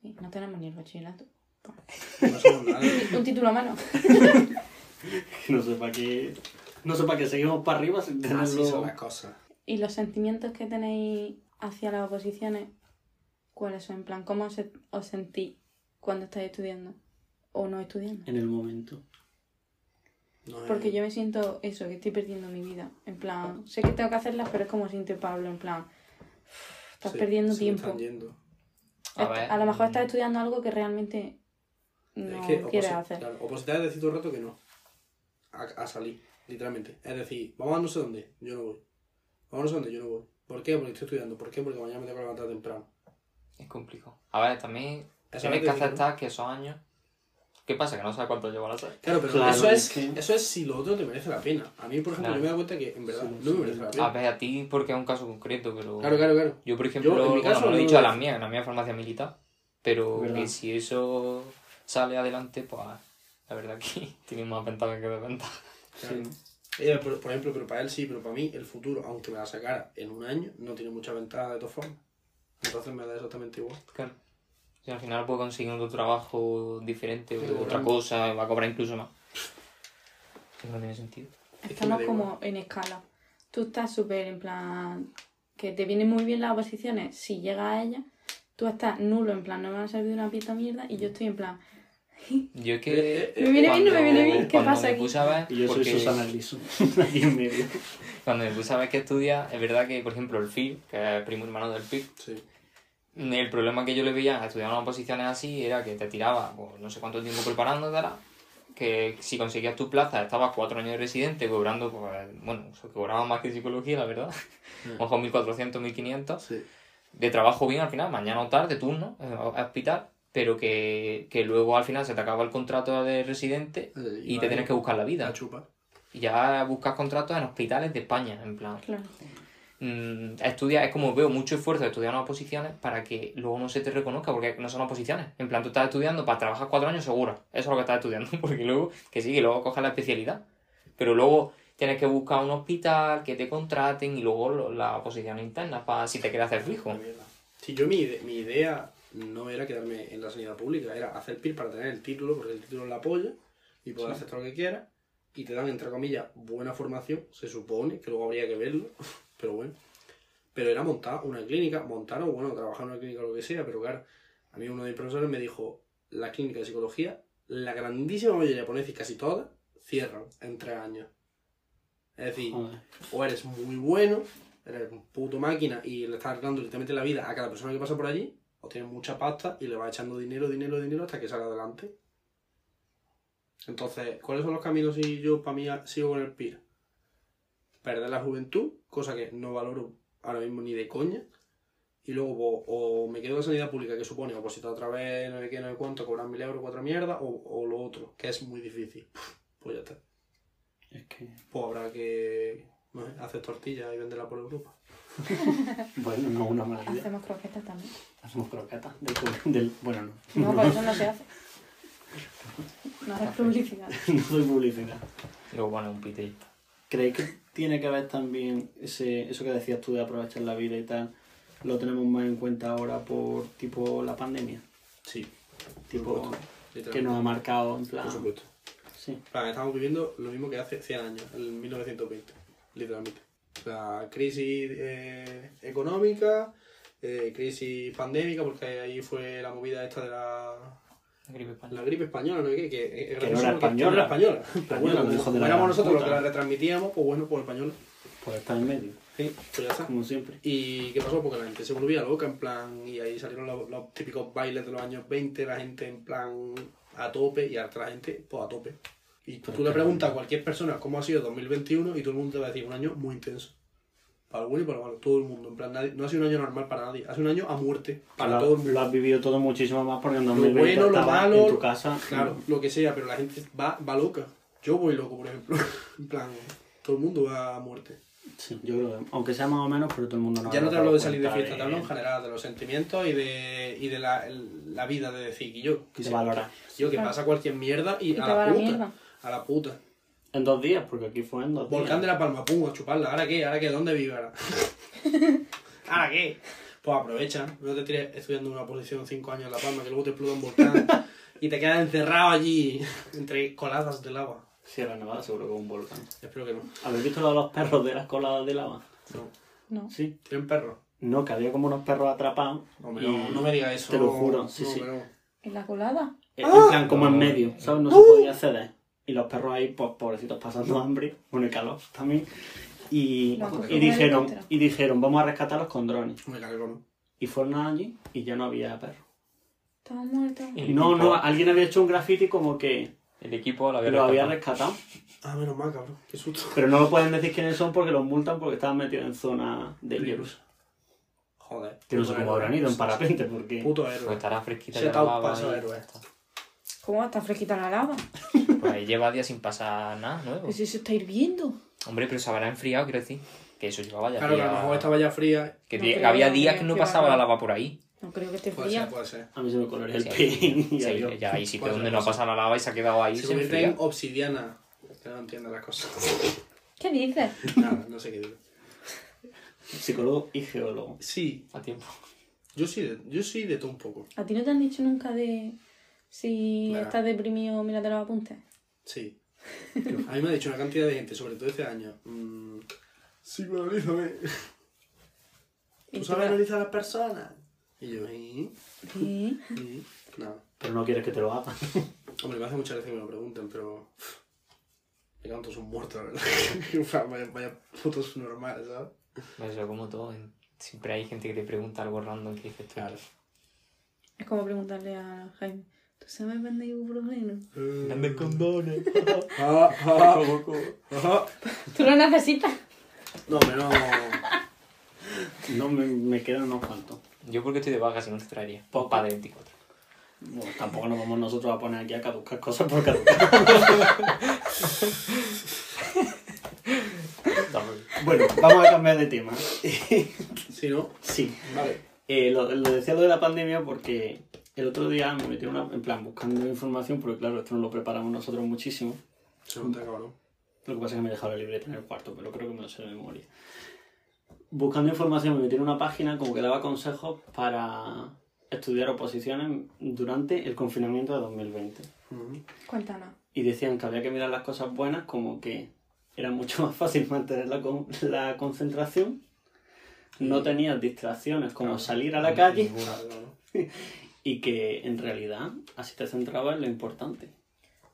Speaker 2: Sí, No tenemos ni el bachillerato.
Speaker 4: No somos
Speaker 1: [LAUGHS]
Speaker 4: nadie.
Speaker 2: Un título a mano.
Speaker 1: No sé para qué. No sé para qué seguimos para arriba sin
Speaker 4: Así
Speaker 1: tenerlo.
Speaker 4: son las cosas.
Speaker 2: ¿Y los sentimientos que tenéis hacia las oposiciones? ¿Cuáles son? En plan, ¿cómo se- os sentís cuando estáis estudiando? ¿O no estudiando?
Speaker 1: en el momento.
Speaker 4: No es-
Speaker 2: Porque yo me siento eso, que estoy perdiendo mi vida. En plan, sé que tengo que hacerlas, pero es como siente Pablo, en plan, "Uf, estás
Speaker 4: se-
Speaker 2: perdiendo
Speaker 4: se me
Speaker 2: tiempo.
Speaker 4: están yendo.
Speaker 5: A
Speaker 2: Est-
Speaker 5: ver,
Speaker 2: a lo mejor estás
Speaker 5: mm,
Speaker 2: estudiando algo que realmente no
Speaker 4: es que
Speaker 2: quieres
Speaker 4: oposi-
Speaker 2: hacer.
Speaker 4: claro, opositar es decir todo el rato que no. A, a salir, literalmente. Es decir, vamos a no sé dónde, yo no voy. Vamos a no sé dónde, yo no voy. ¿Por qué? Porque estoy estudiando. ¿Por qué? Porque mañana me tengo que levantar temprano.
Speaker 5: Es complicado. A ver, también
Speaker 4: Eso
Speaker 5: tienes
Speaker 4: es
Speaker 5: que
Speaker 4: decir,
Speaker 5: aceptar que esos años. ¿Qué pasa? Que no sabes cuánto llevo a la
Speaker 4: ¿no? Claro, pero
Speaker 1: Claro,
Speaker 4: eso,
Speaker 1: es
Speaker 4: es,
Speaker 1: que-
Speaker 4: eso es si lo otro te merece la pena. A mí, por ejemplo,
Speaker 5: Claro.
Speaker 4: yo me he dado cuenta que en verdad
Speaker 1: Sí,
Speaker 4: no
Speaker 1: sí.
Speaker 4: me merece la
Speaker 5: A
Speaker 4: pena.
Speaker 5: ver, a ti porque es un caso concreto, pero.
Speaker 4: Claro, claro, claro.
Speaker 5: Yo, por ejemplo,
Speaker 4: Yo, en mi
Speaker 5: bueno, no
Speaker 4: caso,
Speaker 5: lo he
Speaker 4: no-
Speaker 5: dicho a las mías, en la mía es farmacia militar, pero
Speaker 1: Verdad.
Speaker 5: que si eso sale adelante, pues la verdad que [LAUGHS] tiene más ventaja que desventaja.
Speaker 4: Claro.
Speaker 1: Sí.
Speaker 4: Ella, por, por ejemplo, Eh, pero para él sí, pero para mí el futuro, aunque me la sacara en un año, no tiene mucha ventaja de todas formas. Entonces me da exactamente igual.
Speaker 5: Claro. Si al final puedo conseguir otro trabajo diferente
Speaker 4: Pero
Speaker 5: o otra
Speaker 4: bueno.
Speaker 5: cosa, va a cobrar incluso más. No tiene sentido.
Speaker 4: me
Speaker 2: Estamos
Speaker 4: da
Speaker 2: como
Speaker 4: igual.
Speaker 2: en escala. Tú estás súper en plan. que te vienen muy bien las oposiciones si llegas a ellas. Tú estás nulo, en plan, no me van a servir una pita mierda. Y yo estoy en plan.
Speaker 5: Yo es
Speaker 4: Eh, eh,
Speaker 5: que.
Speaker 4: eh,
Speaker 2: Me viene bien, no me
Speaker 5: cuando-
Speaker 2: viene bien. ¿Qué
Speaker 5: cuando
Speaker 2: pasa
Speaker 5: me
Speaker 2: aquí?
Speaker 5: puse a ver-
Speaker 1: Y yo soy
Speaker 5: porque-
Speaker 1: Susana Liso. [LAUGHS] Aquí en medio.
Speaker 5: Cuando me puse a ver que estudia, es verdad que, por ejemplo, el Phil, que es primo hermano del Phil,
Speaker 4: Sí.
Speaker 5: El problema que yo le veía a estudiar unas posiciones así era que te tiraba pues, no sé cuánto tiempo preparándotela, que si conseguías tu plaza estabas cuatro años de residente cobrando, pues, bueno, eso que cobraba más que psicología, la verdad,
Speaker 1: Mm.
Speaker 5: a lo mejor 1.400, 1.500,
Speaker 4: Sí.
Speaker 5: de trabajo bien al final, mañana o tarde, turno, eh, a hospital, pero que, que luego al final se te acaba el contrato de residente y, te tienes que buscar la vida.
Speaker 4: La chupa.
Speaker 5: Y ya buscas contratos en hospitales de España, en plan
Speaker 2: Claro.
Speaker 5: mm, estudia, es como veo mucho esfuerzo de estudiar unas posiciones para que luego no se te reconozca, porque no son oposiciones. En plan, tú estás estudiando para trabajar cuatro años seguro. Eso es lo que estás estudiando, [LAUGHS] porque luego, que sí, que luego coges la especialidad. Pero luego tienes que buscar un hospital que te contraten y luego lo- las oposiciones internas para si te quieres hacer fijo.
Speaker 4: La mierda. Sí, yo mi, ide- mi idea no era quedarme en la sanidad pública, era hacer PIR para tener el título, porque el título es la polla y poder hacer todo lo que quieras. Y te dan, entre comillas, buena formación, se supone, que luego habría que verlo, [LAUGHS] pero bueno. Pero era montar una clínica, montar o bueno, trabajar en una clínica o lo que sea, pero claro, a mí uno de mis profesores me dijo, la clínica de psicología, la grandísima mayoría, por no decir casi todas, cierran en tres años. Es decir,
Speaker 1: Joder.
Speaker 4: o eres muy bueno, eres un puto máquina y le estás dando literalmente la vida a cada persona que pasa por allí, o tienes mucha pasta y le vas echando dinero, dinero, dinero hasta que salga adelante. Entonces, ¿cuáles son los caminos si yo para mí sigo con el PIR? Perder la juventud, cosa que no valoro ahora mismo ni de coña. Y luego bo- o me quedo en sanidad pública, que supone opositar otra vez, no sé qué, no sé cuánto, cobrar mil euros, cuatro mierda, o, o lo otro, que es muy difícil. Pues ya está
Speaker 1: Es que.
Speaker 4: pues habrá que no sé, hacer tortillas y venderla por Europa.
Speaker 1: Bueno, no una mala idea.
Speaker 2: Hacemos croquetas
Speaker 4: [LAUGHS]
Speaker 2: también.
Speaker 1: Hacemos croquetas. Del, cul- del- bueno, no. [LAUGHS]
Speaker 2: No, por eso no se hace. No haces publicidad.
Speaker 1: No soy publicidad.
Speaker 5: Y luego pones un piteísta.
Speaker 1: ¿Creéis que tiene que ver también ese, eso que decías tú de aprovechar la vida y tal? ¿Lo tenemos más en cuenta ahora por tipo la pandemia?
Speaker 4: Sí,
Speaker 1: Tipo que
Speaker 4: literalmente.
Speaker 1: nos ha marcado en plan.
Speaker 4: Por supuesto.
Speaker 1: Sí.
Speaker 4: En plan, estamos viviendo lo mismo que hace 100 años, en 1920, literalmente. La crisis eh, económica, eh, crisis pandémica, porque ahí fue la movida esta de la,
Speaker 5: Gripe española.
Speaker 4: la gripe española, ¿no? Que, que, eh,
Speaker 1: no
Speaker 4: gracioso
Speaker 1: era
Speaker 4: porque
Speaker 1: española.
Speaker 4: no era española. Pero bueno,
Speaker 1: Española,
Speaker 4: como,
Speaker 1: hijo de
Speaker 4: como
Speaker 1: la
Speaker 4: éramos
Speaker 1: gran
Speaker 4: nosotros los que
Speaker 1: puta.
Speaker 4: la retransmitíamos, pues bueno, pues española.
Speaker 1: Pues está en medio,
Speaker 4: Sí, pues ya está.
Speaker 1: como siempre.
Speaker 4: ¿Y qué pasó? Porque la gente se volvía loca, en plan, y ahí salieron los, los típicos bailes de los años 20, la gente en plan a tope, y ahora está la gente, pues a tope. Y tú le preguntas a cualquier persona cómo ha sido 2021 y todo el mundo te va a decir un año muy intenso. Para el bueno y para el malo, todo el mundo. En plan, nadie- no ha sido un año normal para nadie, ha sido un año a muerte para
Speaker 1: Lo-
Speaker 4: todo el mundo.
Speaker 1: Lo has vivido todo muchísimo más porque en
Speaker 4: Lo
Speaker 1: 2020
Speaker 4: bueno, lo
Speaker 1: estabas
Speaker 4: malo,
Speaker 1: en tu casa.
Speaker 4: Claro, lo que sea, pero la gente va, va loca. Yo voy loco, por ejemplo. [LAUGHS] en plan, todo el mundo va a muerte.
Speaker 1: Sí, yo creo que, aunque sea más o menos, pero todo el mundo
Speaker 4: ya no te
Speaker 1: habrá
Speaker 4: hablo
Speaker 1: dado
Speaker 4: de salir de
Speaker 1: cuenta
Speaker 4: fiesta, te hablo en general de los sentimientos y de, y de la, el- la vida de decir que yo. Que
Speaker 1: de
Speaker 4: se-
Speaker 1: valorar.
Speaker 4: Yo, que pasa cualquier mierda y,
Speaker 2: Y
Speaker 4: a
Speaker 2: te va
Speaker 4: la
Speaker 2: a la
Speaker 4: puta.
Speaker 2: mierda.
Speaker 4: a la puta.
Speaker 1: En dos días, porque aquí fue en dos
Speaker 4: Volcán de
Speaker 1: días.
Speaker 4: la Palma, pum, a chuparla. ¿Ahora qué? ¿Ahora qué? ¿Dónde vive
Speaker 2: [LAUGHS]
Speaker 4: ahora? ¿Ahora qué? Pues aprovecha, no te tires estudiando una posición cinco años en La Palma, que luego te explota un volcán y te quedas encerrado allí entre coladas de lava.
Speaker 1: Sierra Nevada seguro que es un volcán.
Speaker 4: Espero que no.
Speaker 1: ¿Habéis visto lo de los perros de las coladas de lava?
Speaker 4: No.
Speaker 2: No.
Speaker 1: Sí.
Speaker 4: ¿Tienen perros?
Speaker 1: No, que había como unos perros atrapados.
Speaker 4: Hombre,
Speaker 1: y-
Speaker 4: no, no me digas eso.
Speaker 1: te lo juro,
Speaker 4: No,
Speaker 1: sí,
Speaker 4: no,
Speaker 1: sí.
Speaker 4: pero no.
Speaker 2: ¿En la colada?
Speaker 1: eh,
Speaker 4: Ah.
Speaker 1: En plan, como en
Speaker 5: No.
Speaker 1: medio, ¿sabes?
Speaker 4: Uh.
Speaker 1: No se podía acceder. Y los perros ahí, pues, pobrecitos, pasando hambre. Bueno, y calor también. Y,
Speaker 2: Lo han cogido
Speaker 1: y
Speaker 2: en
Speaker 1: dijeron,
Speaker 2: helicóptero.
Speaker 1: y dijeron, vamos a rescatarlos con drones.
Speaker 4: Me cargo, ¿no?
Speaker 1: Y fueron allí y ya no había perros.
Speaker 2: Estaba muerto.
Speaker 5: El
Speaker 1: No,
Speaker 5: equipo-
Speaker 1: no, alguien había hecho un graffiti como que
Speaker 5: El equipo lo había
Speaker 1: lo había
Speaker 5: rescatado.
Speaker 1: rescatado.
Speaker 4: Ah, menos mal, cabrón. Qué susto.
Speaker 1: Pero no lo pueden decir quiénes son porque los multan porque estaban metidos en zona de virus.
Speaker 4: Joder.
Speaker 1: Que no sé cómo habrán ido en parapente porque...
Speaker 4: Puto
Speaker 5: Pues
Speaker 4: héroe.
Speaker 5: estará fresquita
Speaker 4: Se
Speaker 5: ya
Speaker 4: te ha
Speaker 5: la lava
Speaker 4: pasado
Speaker 5: y-
Speaker 4: héroe.
Speaker 2: ¿Cómo está fresquita la lava?
Speaker 4: Oh.
Speaker 5: Pues ahí lleva días sin pasar nada nuevo.
Speaker 2: Pues si eso está hirviendo.
Speaker 5: Hombre, pero se habrá enfriado, quiero decir. Que eso llevaba ya
Speaker 4: Claro, que a lo
Speaker 5: días-
Speaker 4: mejor estaba ya fría.
Speaker 5: que
Speaker 2: No
Speaker 5: di-
Speaker 2: creo,
Speaker 5: había
Speaker 2: no
Speaker 5: días
Speaker 2: creo
Speaker 5: que no
Speaker 2: que
Speaker 5: pasaba
Speaker 2: va.
Speaker 5: la lava por ahí.
Speaker 2: No creo que esté
Speaker 4: Puede ser,
Speaker 2: fría.
Speaker 4: puede ser.
Speaker 1: A mí se me colorea el
Speaker 5: Sí,
Speaker 1: pin y
Speaker 5: sí,
Speaker 1: adiós.
Speaker 5: ya hay sitios
Speaker 4: Pues
Speaker 5: donde no
Speaker 4: no pasa.
Speaker 5: pasa la lava y se ha quedado ahí.
Speaker 4: Se
Speaker 5: Se
Speaker 4: convierte en
Speaker 5: enfría.
Speaker 4: obsidiana. Es que no entiendo las cosas. [LAUGHS]
Speaker 2: ¿Qué dices?
Speaker 4: Nada, no sé qué digo.
Speaker 1: Psicólogo y geólogo.
Speaker 4: Sí,
Speaker 5: A tiempo.
Speaker 4: yo sí, de, yo sí de todo un poco.
Speaker 2: ¿A ti no te han dicho nunca de si
Speaker 4: Nah.
Speaker 2: estás deprimido, mírate los apuntes?
Speaker 4: Sí. A mí me ha dicho una cantidad de gente, sobre todo este año. mm, psicoanalízame.
Speaker 2: Y
Speaker 4: eh. ¿Tú
Speaker 2: te
Speaker 4: sabes
Speaker 2: va-
Speaker 4: analizar a las personas? Y yo, ¿eh?
Speaker 2: Sí.
Speaker 4: ¿eh? Nada.
Speaker 1: Pero no quieres que te lo hagan.
Speaker 4: Hombre, me hace mucha gracia que me lo pregunten, pero. pff, Me canto son muertos, la verdad. [LAUGHS] En plan, vaya, vaya putos normales, ¿sabes?
Speaker 5: Eso, como todo. en- Siempre hay gente que te pregunta algo random que dices tú.
Speaker 2: Es como preguntarle a Jaime. ¿Tú sabes vender ibuprofeno?
Speaker 5: [LAUGHS] Venden condones.
Speaker 4: Eh,
Speaker 5: [LAUGHS]
Speaker 4: Ah, ah, ah.
Speaker 2: ¿Tú lo necesitas?
Speaker 4: No, hombre, no.
Speaker 1: No, me, me quedan unos cuantos.
Speaker 5: Yo porque estoy de vaca, si no te traería.
Speaker 1: Poco.
Speaker 5: Para de 24.
Speaker 1: Bueno, tampoco nos vamos nosotros a poner aquí a caducar cosas por
Speaker 5: [LAUGHS]
Speaker 1: caducar. bueno, vamos a cambiar de tema.
Speaker 4: Sí, ¿no?
Speaker 1: Sí.
Speaker 4: Vale.
Speaker 1: Eh, lo, lo decía lo de la pandemia porque el otro día me metí en una, en plan buscando información, porque claro, esto no lo preparamos nosotros muchísimo.
Speaker 4: Se nota, cabrón.
Speaker 1: Lo que pasa es que me he dejado la libreta en el cuarto, pero creo que me lo sé de memoria. Buscando información me metí en una página como que daba consejos para estudiar oposiciones durante el confinamiento de 2020.
Speaker 4: Ujú.
Speaker 2: Cuéntanos.
Speaker 1: Y decían que había que mirar las cosas buenas como que era mucho [LAUGHS] más fácil mantener la, con- la concentración, no tenías distracciones como
Speaker 4: Claro.
Speaker 1: salir a la calle
Speaker 4: Ninguna, ¿no?
Speaker 1: y que en realidad así te centrabas en lo importante.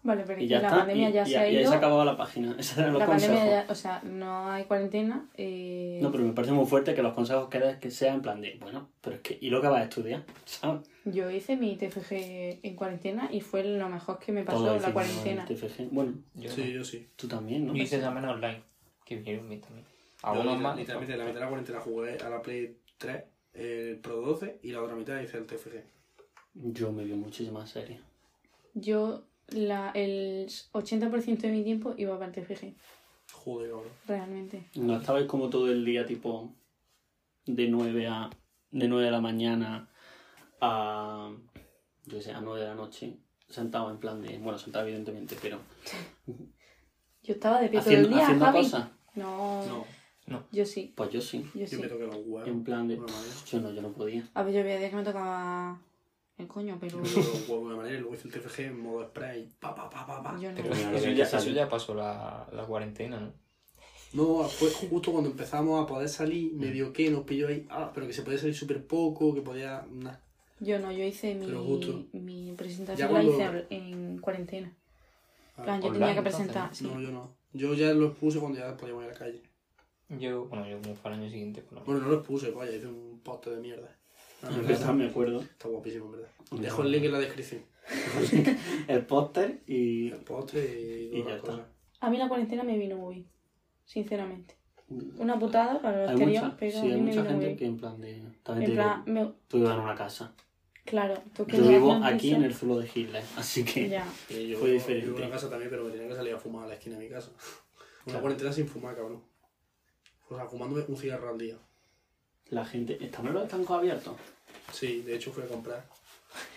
Speaker 2: Vale, pero
Speaker 1: Y ya
Speaker 2: la
Speaker 1: está.
Speaker 2: pandemia
Speaker 1: y,
Speaker 2: ya
Speaker 1: y-
Speaker 2: se ha
Speaker 1: y ahí
Speaker 2: ido.
Speaker 1: se acababa la página. [LAUGHS] Esos eran los
Speaker 2: la
Speaker 1: consejos.
Speaker 2: pandemia ya, o sea, no hay cuarentena. eh,
Speaker 1: No, pero me parece muy fuerte que los consejos que des que sea en plan de, bueno, pero es que, ¿y lo que vas a estudiar? [LAUGHS] ¿Sabes?
Speaker 2: Yo hice mi TFG en cuarentena y fue lo mejor que me pasó
Speaker 1: Todo
Speaker 2: en la
Speaker 1: encima
Speaker 2: cuarentena.
Speaker 1: del TFG. Bueno,
Speaker 5: Yo
Speaker 4: Sí,
Speaker 5: no.
Speaker 4: yo sí.
Speaker 1: tú también, ¿no?
Speaker 5: Yo hice exámenes online. Que vinieron bien también.
Speaker 4: Yo
Speaker 5: Algunos
Speaker 4: literal-
Speaker 5: más.
Speaker 4: Literalmente la mitad de la cuarentena jugué a la Play 3, el Pro 12 y la otra mitad hice el TFG.
Speaker 1: Yo me vi muchísimas series.
Speaker 2: Yo la, el 80% de mi tiempo iba para el TFG,
Speaker 4: Joder, cabrón.
Speaker 2: realmente.
Speaker 1: No estabais como todo el día, tipo, de 9 a, de 9 de la mañana a, yo qué sé, a 9 de la noche, sentado en plan de, bueno, sentado evidentemente, pero
Speaker 2: Yo estaba de pie todo el
Speaker 1: haciendo,
Speaker 2: día,
Speaker 1: haciendo
Speaker 2: Javi.
Speaker 1: cosas.
Speaker 2: No,
Speaker 4: No,
Speaker 2: yo sí,
Speaker 1: Pues yo sí,
Speaker 2: yo
Speaker 4: yo
Speaker 2: sí.
Speaker 4: me toqué los huevos.
Speaker 1: en plan de,
Speaker 4: Una manera.
Speaker 1: yo no, yo no podía.
Speaker 2: A ver, yo había días que me tocaba el coño,
Speaker 1: [LAUGHS]
Speaker 2: pero
Speaker 4: Yo me toqué los huevos de una manera y luego hice el TFG en modo spray. Pa, pa, pa, pa, pa.
Speaker 2: yo no.
Speaker 5: Pero
Speaker 1: Mira, lo
Speaker 5: eso
Speaker 1: que
Speaker 5: ya,
Speaker 1: ya
Speaker 5: eso
Speaker 1: salió.
Speaker 5: ya pasó la, la cuarentena, ¿no?
Speaker 4: No, fue justo cuando empezamos a poder salir, medio que nos pilló ahí, ah, pero que se podía salir súper poco, que podía... nah.
Speaker 2: Yo no, yo hice mi,
Speaker 4: Pero justo.
Speaker 2: mi
Speaker 4: Ya
Speaker 2: presentación,
Speaker 4: cuando-
Speaker 2: la hice en cuarentena.
Speaker 4: Ah,
Speaker 2: En plan, yo
Speaker 5: online,
Speaker 2: tenía que
Speaker 5: entonces,
Speaker 2: presentar,
Speaker 5: ¿no?
Speaker 2: sí.
Speaker 4: No, yo no. Yo ya los puse cuando ya podíamos ir a la calle.
Speaker 5: Yo, bueno, yo como fue el año siguiente, por lo menos.
Speaker 4: Bueno, no los puse, vaya, hice un poste de mierda.
Speaker 1: [LAUGHS] Yo estaba, me acuerdo.
Speaker 4: Está guapísimo, en verdad. Dejo el link en la descripción.
Speaker 1: [LAUGHS] El póster y.
Speaker 4: El postre y
Speaker 1: Y ya
Speaker 4: todas las
Speaker 1: está.
Speaker 4: cosas.
Speaker 2: A mí la cuarentena me vino muy bien, sinceramente. Una putada para el
Speaker 1: Hay
Speaker 2: exterior,
Speaker 1: mucha,
Speaker 2: pero
Speaker 1: sí,
Speaker 2: a
Speaker 1: hay
Speaker 2: mí me
Speaker 1: mucha
Speaker 2: vino muy
Speaker 1: gente
Speaker 2: bien.
Speaker 1: que en plan de. También te
Speaker 2: En
Speaker 1: digo,
Speaker 2: plan, me-
Speaker 1: tú ibas en una casa.
Speaker 2: claro, tú que
Speaker 1: Yo
Speaker 2: me
Speaker 1: vivo
Speaker 2: haces
Speaker 1: aquí en
Speaker 2: noticia-
Speaker 1: el zulo de Hitler, [LAUGHS] así que.
Speaker 2: Ya,
Speaker 4: Y yo
Speaker 1: Fue
Speaker 4: vivo-
Speaker 1: diferente.
Speaker 4: vivo en una casa también, pero me tenía que salir a fumar a la esquina de mi casa. Una
Speaker 1: Claro.
Speaker 4: cuarentena sin fumar, cabrón. O sea, fumándome un cigarro al día.
Speaker 1: La gente. ¿Están los estancos abiertos?
Speaker 4: Sí, de hecho fui a comprar.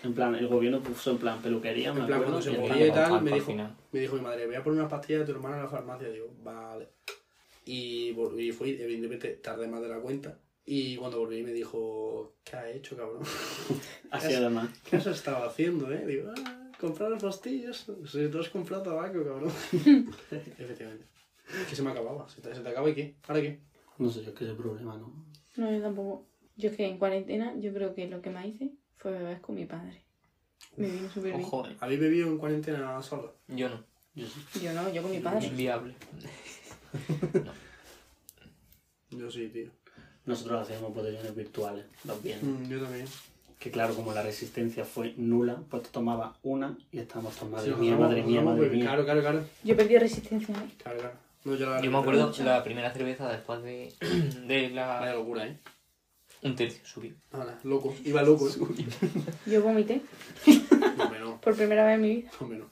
Speaker 1: En plan, el gobierno puso en plan peluquería, me
Speaker 4: En plan,
Speaker 1: acuerdo.
Speaker 4: cuando se
Speaker 1: y en
Speaker 5: el
Speaker 4: movía y
Speaker 5: plan de
Speaker 4: tal,
Speaker 5: Juan,
Speaker 4: me
Speaker 5: al
Speaker 4: dijo,
Speaker 5: final.
Speaker 4: me dijo mi madre, voy a poner unas pastillas de tu hermana en la farmacia. Digo, vale. Y, vol- y fui, evidentemente, tardé más de la cuenta. Y cuando volví me dijo, ¿qué has hecho, cabrón?
Speaker 1: Así además.
Speaker 4: ¿Qué has estado haciendo, eh? Digo, ah, comprar las pastillas. Si tú has comprado tabaco, cabrón. Efectivamente. Que se me acababa. ¿Se te, se te acaba y qué? ¿Ahora qué?
Speaker 1: No sé yo qué es el problema, ¿no?
Speaker 2: no, yo tampoco. Yo es que en cuarentena, yo creo que lo que más hice fue beber con mi padre. Me vino súper bien.
Speaker 5: Ojo, eh.
Speaker 4: ¿Habéis bebido en cuarentena solo?
Speaker 5: yo no.
Speaker 1: Yo sí.
Speaker 2: Yo no, yo con mi
Speaker 5: Es
Speaker 2: padre.
Speaker 5: inviable.
Speaker 4: Yo sí, tío. Mm,
Speaker 1: Nosotros hacíamos botellones virtuales, los viernes.
Speaker 4: yo también.
Speaker 1: Que claro, como la resistencia fue nula, pues te tomaba una y estábamos tan madre
Speaker 4: Sí, nos
Speaker 1: mía,
Speaker 4: acabamos-
Speaker 1: madre
Speaker 4: nos
Speaker 1: mía,
Speaker 4: acabamos
Speaker 1: madre
Speaker 4: bebi-
Speaker 1: mía.
Speaker 4: Claro, claro, claro.
Speaker 2: Yo perdí resistencia. ¿eh?
Speaker 4: Claro, claro. No, yo la
Speaker 5: Yo me acuerdo la primera cerveza después de, [CLEARS THROAT] de
Speaker 4: Vaya
Speaker 5: la...
Speaker 4: locura, eh.
Speaker 5: Un tercio, subí.
Speaker 4: Ahora, loco. Iba loco, eh.
Speaker 2: Yo vomité
Speaker 4: No, menos.
Speaker 2: por primera vez en mi vida,
Speaker 4: No, menos.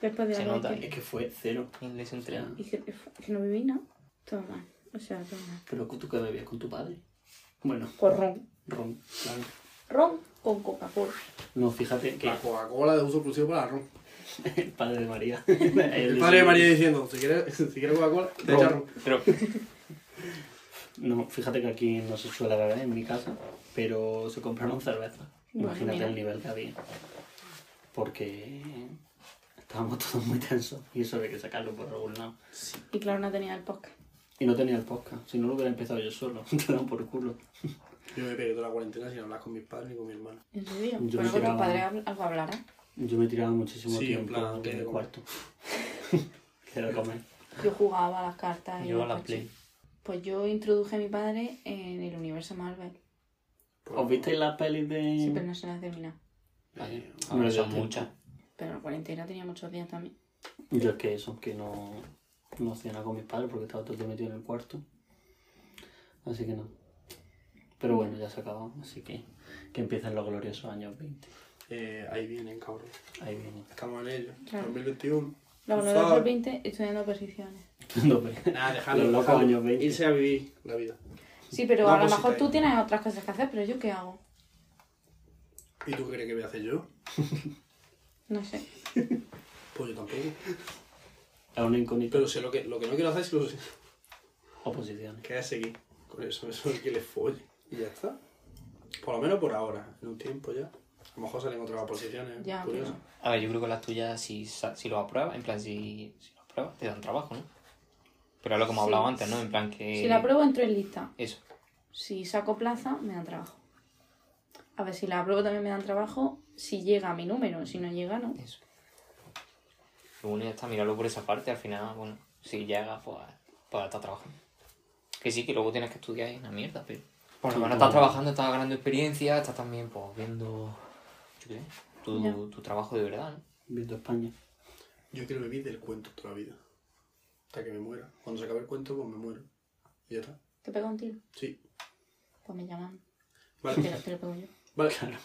Speaker 2: después de la
Speaker 5: Se nota,
Speaker 2: cuarentena.
Speaker 1: Es que fue cero.
Speaker 5: En ese
Speaker 1: O sea,
Speaker 5: entreno.
Speaker 2: Y que, que no bebí nada. Todo mal. O sea, todo mal.
Speaker 1: pero tú que bebías con tu padre. Bueno,
Speaker 2: Con ron.
Speaker 1: ron, claro.
Speaker 2: Ron con Coca-Cola.
Speaker 1: No, fíjate que
Speaker 4: La Coca-Cola de uso exclusivo para la ron.
Speaker 1: el padre de
Speaker 4: [LAUGHS]
Speaker 1: María.
Speaker 4: El padre de María diciendo, si quieres, [LAUGHS] si quieres Coca-Cola, te echa ron.
Speaker 5: Pero
Speaker 1: No, fíjate que aquí no se suele beber en mi casa, pero se compraron cerveza.
Speaker 2: Bueno,
Speaker 1: Imagínate
Speaker 2: mira.
Speaker 1: el nivel que había. Porque estábamos todos muy tensos y eso había que sacarlo por algún lado.
Speaker 2: Y claro, no tenía el podcast.
Speaker 1: Y no tenía el podcast, si no lo hubiera empezado yo solo, [LAUGHS] te dan por culo.
Speaker 4: Yo me pegué toda la cuarentena sin hablar con mis padres ni con mi hermana.
Speaker 2: ¿En serio?
Speaker 1: Yo
Speaker 2: bueno, con
Speaker 1: tiraba-
Speaker 2: tu padre habl- algo hablará.
Speaker 1: Yo me tiraba muchísimo
Speaker 4: Sí, en
Speaker 1: tiempo
Speaker 4: plan,
Speaker 1: en
Speaker 4: de
Speaker 1: el
Speaker 4: comer.
Speaker 1: cuarto. [LAUGHS] que era comer.
Speaker 2: Yo jugaba a las cartas. y
Speaker 5: yo a
Speaker 2: los
Speaker 5: la
Speaker 2: coches.
Speaker 5: play.
Speaker 2: Pues yo introduje a mi padre en el universo Marvel.
Speaker 1: ¿Os visteis las pelis de...?
Speaker 2: Sí, pero no se la he terminado.
Speaker 1: Vale.
Speaker 5: Ahora
Speaker 1: yo
Speaker 5: son
Speaker 1: te-
Speaker 5: muchas.
Speaker 2: Pero la cuarentena tenía muchos días también.
Speaker 1: Yo es que eso, que no, no hacía nada con mis padres porque estaba todo el día metido en el cuarto. Así que no. Pero bueno, ya se acabó, así que que empiezan los gloriosos años 20.
Speaker 4: Eh, ahí vienen, cabrón.
Speaker 1: Ahí viene. [LAUGHS]
Speaker 4: Estamos en ello.
Speaker 2: Claro.
Speaker 4: 2021.
Speaker 2: Los
Speaker 4: Fuck.
Speaker 2: honores del 20 estudiando posiciones.
Speaker 1: No, pero-
Speaker 4: Nada,
Speaker 1: Los
Speaker 4: dejarlo.
Speaker 1: locos años 20.
Speaker 4: Irse a vivir la vida.
Speaker 2: Sí, pero
Speaker 4: No,
Speaker 2: a lo
Speaker 4: pues sí,
Speaker 2: mejor tú
Speaker 4: también.
Speaker 2: tienes otras cosas que hacer, pero ¿yo qué hago?
Speaker 4: ¿Y tú qué crees que voy a hacer yo?
Speaker 2: No sé.
Speaker 4: Pues yo tampoco.
Speaker 1: es una incógnita.
Speaker 4: Pero sé lo que, lo que no quiero hacer es lo
Speaker 1: Oposiciones.
Speaker 4: que seguir. Con eso, eso es que les folle. Y ya está. Por lo menos por ahora, en un tiempo ya. A lo mejor salen otras oposiciones.
Speaker 2: Ya,
Speaker 4: curioso.
Speaker 2: pero-
Speaker 5: A ver, yo creo que las tuyas, si, sa- si lo apruebas, en plan, si, si lo apruebas, te dan trabajo, ¿no? Pero es lo que hemos
Speaker 2: Sí.
Speaker 5: hablado antes, ¿no? En plan que...
Speaker 2: Si la apruebo, entro en lista.
Speaker 5: Eso.
Speaker 2: Si saco plaza, me dan trabajo. A ver, si la apruebo también me dan trabajo. Si llega a mi número, si no llega, no.
Speaker 5: Eso. Lo bueno ya está, mirarlo por esa parte, al final, bueno, si llega, pues, pues estás trabajando. Que sí, que luego tienes que estudiar y una mierda, pero... Por lo menos estás trabajando, estás ganando experiencia, estás también, pues, viendo, yo qué sé,
Speaker 2: Ya.
Speaker 5: tu, tu trabajo de verdad, ¿no?
Speaker 1: Viendo España. [LAUGHS]
Speaker 4: Yo quiero vivir del cuento toda la vida. Hasta que me muera. Cuando se acabe el cuento, pues me muero. Y ya está.
Speaker 2: ¿Te pega un tiro?
Speaker 4: Sí.
Speaker 2: Pues me llaman. Te
Speaker 4: Vale.
Speaker 2: lo, te lo pego yo.
Speaker 4: vale.
Speaker 1: Claro.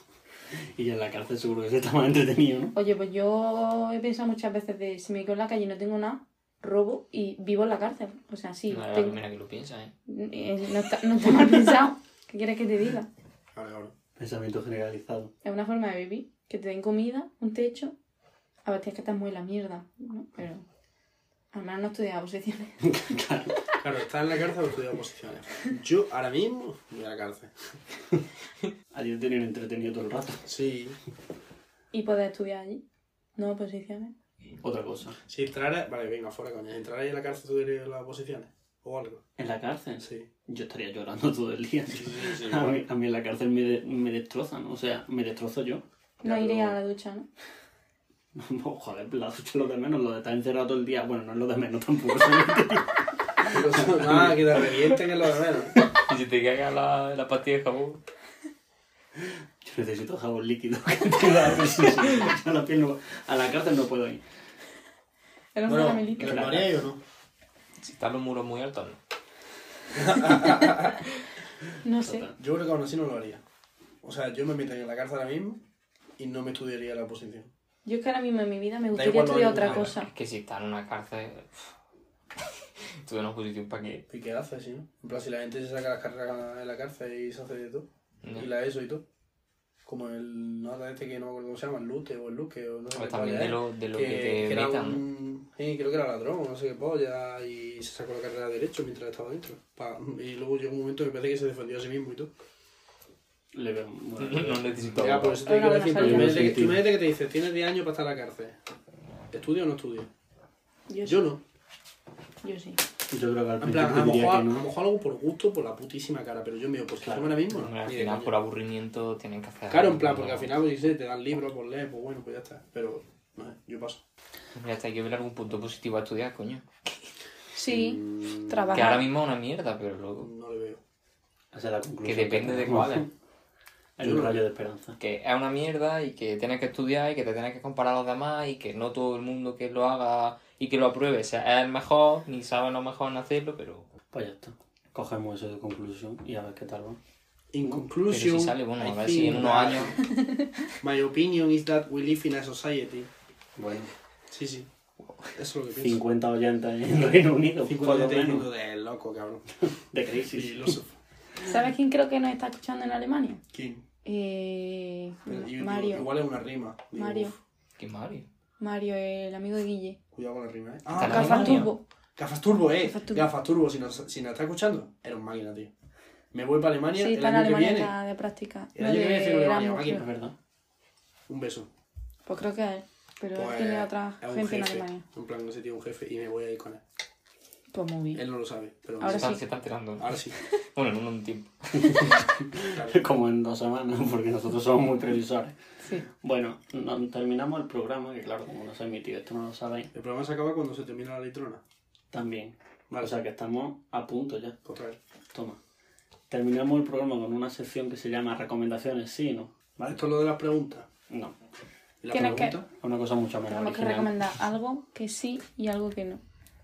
Speaker 1: Y ya en la cárcel seguro que se está más entretenido, ¿no?
Speaker 2: Oye, pues yo he pensado muchas veces de si me quedo en la calle y no tengo nada, robo y vivo en la cárcel. O sea, sí,
Speaker 5: No es la
Speaker 2: tengo-
Speaker 5: primera que lo piensa, [LAUGHS] ¿eh?
Speaker 2: eh, no, está, no está mal pensado. ¿Qué quieres que te diga?
Speaker 4: Ahora, ahora.
Speaker 1: Pensamiento generalizado. [LAUGHS]
Speaker 2: Es una forma de vivir. Que te den comida, un techo. A ver, tienes que estar muy en la mierda, ¿no? Pero al menos no estudiaba posiciones.
Speaker 1: claro.
Speaker 4: Claro, está en la cárcel o estudia oposiciones. Yo ahora mismo voy a la cárcel.
Speaker 1: A ti te tienen entretenido todo el rato.
Speaker 4: Sí.
Speaker 2: [LAUGHS] Y poder estudiar allí. No posiciones.
Speaker 1: Otra cosa.
Speaker 4: Si entrara. Vale, venga, fuera coña. Si entrara ahí en la cárcel, tú dirías las oposiciones. O algo.
Speaker 1: En la cárcel,
Speaker 4: Sí.
Speaker 1: yo estaría llorando todo el día. [LAUGHS]
Speaker 4: Sí, sí, sí.
Speaker 1: A mí, a mí en la cárcel me, de- me destrozan, o sea, me destrozo yo.
Speaker 2: No
Speaker 4: Ya,
Speaker 2: iría
Speaker 4: pero-
Speaker 2: a la ducha, ¿no?
Speaker 1: [LAUGHS] No, joder, la ducha es lo de menos, lo de estar encerrado todo el día, bueno, no es lo de menos tampoco. [LAUGHS] ¿sabes?
Speaker 4: Ah, que te revienten que es lo de menos.
Speaker 5: Y si te cagas la, la pastilla de jabón...
Speaker 1: Yo necesito jabón líquido [LAUGHS] que tenga la presión. Yo la piel no- a la cárcel no puedo ir.
Speaker 2: Era un
Speaker 4: Bueno,
Speaker 2: caramelito.
Speaker 4: ¿lo haría yo o no?
Speaker 5: Si están los muros muy altos, no.
Speaker 2: No sé.
Speaker 1: Total.
Speaker 4: Yo creo que aún así no lo haría. O sea, yo me metería en la cárcel ahora mismo y no me estudiaría la posición.
Speaker 2: Yo es que ahora mismo en mi vida me gustaría
Speaker 4: igual lo
Speaker 2: estudiar
Speaker 4: de
Speaker 2: otra
Speaker 4: dibujar.
Speaker 2: cosa.
Speaker 5: Es que si está en una cárcel. [LAUGHS] Tú en una posición para que.
Speaker 4: ¿Y qué haces, sí? En plan, si la gente se saca las carreras en la cárcel y se hace de todo.
Speaker 5: Ya.
Speaker 4: Y la ESO y todo. Como el nota este que no me acuerdo cómo se llama, el Lute o el Luque o no sé
Speaker 5: O
Speaker 4: qué
Speaker 5: Pues también
Speaker 4: polla
Speaker 5: de
Speaker 4: es,
Speaker 5: lo, de lo que, te
Speaker 4: era
Speaker 5: metan. ¿no?
Speaker 4: un- Sí, creo que era ladrón o no sé qué polla y se sacó la carrera de Derecho mientras estaba dentro. Pa- Y luego llegó un momento que parece que se defendió a sí mismo y todo.
Speaker 1: Le veo.
Speaker 5: [LAUGHS]
Speaker 1: bueno, le veo.
Speaker 5: No necesito.
Speaker 4: Ya,
Speaker 5: abogado.
Speaker 4: por eso te
Speaker 2: Era
Speaker 4: quiero
Speaker 2: buena
Speaker 4: decir,
Speaker 2: salida.
Speaker 4: pero imagínate que,
Speaker 1: Sentido.
Speaker 4: imagínate que te dice, tienes 10 años para estar en la cárcel. ¿Estudio o no estudio?
Speaker 2: Yo,
Speaker 4: Yo
Speaker 2: sí.
Speaker 4: no.
Speaker 2: Yo sí.
Speaker 1: Yo creo que al
Speaker 4: En plan, a
Speaker 1: principio
Speaker 4: lo
Speaker 1: diría
Speaker 4: mejor,
Speaker 1: que
Speaker 4: a lo
Speaker 1: no.
Speaker 4: mejor algo por gusto, por la putísima cara, pero yo me digo, pues claro. ahora mismo.
Speaker 5: Hombre, Al
Speaker 4: ni de
Speaker 5: final,
Speaker 4: coña.
Speaker 5: por aburrimiento, tienen que hacer.
Speaker 4: Claro, en
Speaker 5: algo,
Speaker 4: plan,
Speaker 5: ¿no?
Speaker 4: porque al final, pues, dice, te dan libros por leer, pues bueno, pues ya está. Pero, no sé, yo paso.
Speaker 5: Mira, hasta hay que ver algún punto positivo a estudiar, coño.
Speaker 2: Sí,
Speaker 4: Mm,
Speaker 5: Que ahora
Speaker 2: trabajar.
Speaker 5: mismo es una mierda, pero luego.
Speaker 4: No le veo.
Speaker 1: O sea, la conclusión.
Speaker 5: Que depende de
Speaker 1: tenemos.
Speaker 5: cuáles.
Speaker 1: Hay [LAUGHS] un rayo de esperanza.
Speaker 5: Que es una mierda y que tienes que estudiar y que te tienes que comparar a los demás y que no todo el mundo que lo haga y que lo apruebe sea es el mejor, ni sabe lo mejor en hacerlo, pero.
Speaker 1: Pues ya está. Cogemos eso de conclusión y a ver qué tal va.
Speaker 4: In
Speaker 5: Pero
Speaker 4: conclusion,
Speaker 5: si sale, bueno,
Speaker 4: I
Speaker 5: a ver si en
Speaker 4: think
Speaker 5: unos
Speaker 4: that
Speaker 5: años.
Speaker 4: My opinion is that we live in a society.
Speaker 1: Bueno,
Speaker 4: Sí, sí. Eso es lo que pienso.
Speaker 1: 50 oyentes en Reino Unido.
Speaker 4: 50
Speaker 1: por lo
Speaker 4: de técnico
Speaker 1: menos.
Speaker 4: de loco, cabrón.
Speaker 1: De crisis.
Speaker 4: Filósofo.
Speaker 2: ¿Sabes quién creo que nos está escuchando en Alemania?
Speaker 4: ¿Quién?
Speaker 2: Eh,
Speaker 4: Pero yo digo,
Speaker 2: Mario.
Speaker 4: Igual es una rima. Digo,
Speaker 2: Mario.
Speaker 4: uf,
Speaker 5: ¿Qué Mario?
Speaker 2: Mario, el amigo de Guille.
Speaker 4: Cuidado con la rima, ¿eh?
Speaker 5: Está
Speaker 4: Ah,
Speaker 5: en la
Speaker 4: gafas
Speaker 5: Alemania.
Speaker 4: turbo.
Speaker 2: Turbo.
Speaker 4: Gafas turbo, eh.
Speaker 2: Gafas turbo.
Speaker 4: Gafas turbo. Si nos, si nos está escuchando, eres un máquina, tío. Me voy para Alemania
Speaker 2: Sí,
Speaker 4: el
Speaker 2: está en
Speaker 4: año que
Speaker 2: Alemania
Speaker 4: viene.
Speaker 2: está de práctica.
Speaker 4: El
Speaker 2: No,
Speaker 4: año que
Speaker 2: de
Speaker 4: viene se lo llevan a
Speaker 2: Erasmus,
Speaker 4: máquina.
Speaker 1: Es
Speaker 2: creo.
Speaker 1: verdad.
Speaker 4: Un beso.
Speaker 2: Pues creo que es. Pero
Speaker 4: Pues,
Speaker 2: él tiene otra
Speaker 4: es un
Speaker 2: gente en
Speaker 4: jefe.
Speaker 2: Alemania.
Speaker 4: En plan, ese tío es un jefe y me voy a ir con él.
Speaker 2: Pues muy bien.
Speaker 4: Él no lo sabe, pero
Speaker 2: Ahora
Speaker 5: se, están,
Speaker 2: sí.
Speaker 5: se están tirando.
Speaker 4: ahora sí.
Speaker 5: Bueno, en un tiempo.
Speaker 1: [LAUGHS]
Speaker 4: Claro.
Speaker 1: Como en dos semanas, [LAUGHS] porque nosotros somos muy previsores.
Speaker 2: Sí.
Speaker 1: Bueno, no- terminamos el programa, que claro, como no se ha emitido, esto no lo sabéis,
Speaker 4: El programa se acaba cuando se termina la litrona.
Speaker 1: también.
Speaker 4: Vale,
Speaker 1: O sea que estamos a punto ya.
Speaker 4: otra vez.
Speaker 1: Toma. Terminamos el programa con una sección que se llama Recomendaciones, sí, ¿no? ¿Vale?
Speaker 4: Esto es lo de las preguntas.
Speaker 1: No.
Speaker 4: ¿Y la
Speaker 2: Tienes que-
Speaker 4: pregunta?
Speaker 1: Es una cosa mucho más
Speaker 2: Tenemos que
Speaker 1: original.
Speaker 2: recomendar algo que sí y algo que no.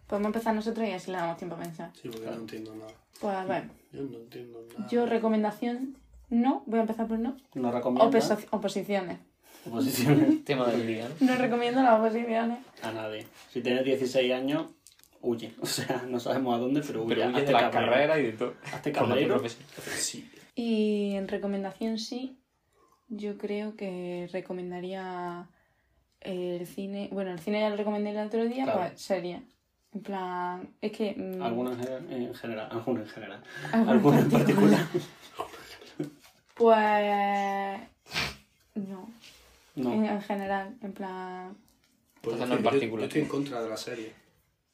Speaker 2: Podemos empezar nosotros y así le damos tiempo a pensar.
Speaker 4: Sí, porque no entiendo nada.
Speaker 2: Pues a ver,
Speaker 4: Yo no entiendo nada.
Speaker 2: yo recomendación no, voy a empezar por no.
Speaker 1: No recomiendo
Speaker 2: Oposici- Oposiciones. [LAUGHS]
Speaker 1: oposiciones
Speaker 5: Tema del día, ¿no?
Speaker 2: No recomiendo las oposiciones.
Speaker 1: a nadie. Si tienes 16 años, huye. [LAUGHS] O sea, no sabemos a dónde, pero huye.
Speaker 5: Pero huye
Speaker 1: Hazte
Speaker 5: de las
Speaker 1: cabrero.
Speaker 5: carreras y de todo.
Speaker 1: Hazte
Speaker 5: Como tu
Speaker 1: cabrero.
Speaker 5: profesión.
Speaker 4: Sí.
Speaker 2: Y en recomendación sí, yo creo que recomendaría el cine. Bueno, el cine ya lo recomendé el otro día,
Speaker 1: Claro.
Speaker 2: pues sería. En plan, es que. mm,
Speaker 1: Algunas en en general, algunas en general.
Speaker 2: [LAUGHS]
Speaker 1: [LAUGHS]
Speaker 2: alguna
Speaker 1: Algunas en
Speaker 2: [LAUGHS]
Speaker 1: particular.
Speaker 2: Pues. No, en,
Speaker 1: No.
Speaker 2: en general, en plan.
Speaker 4: Pues
Speaker 5: Entonces
Speaker 4: yo,
Speaker 5: no en
Speaker 4: estoy-
Speaker 5: particular.
Speaker 4: yo estoy en contra de la serie.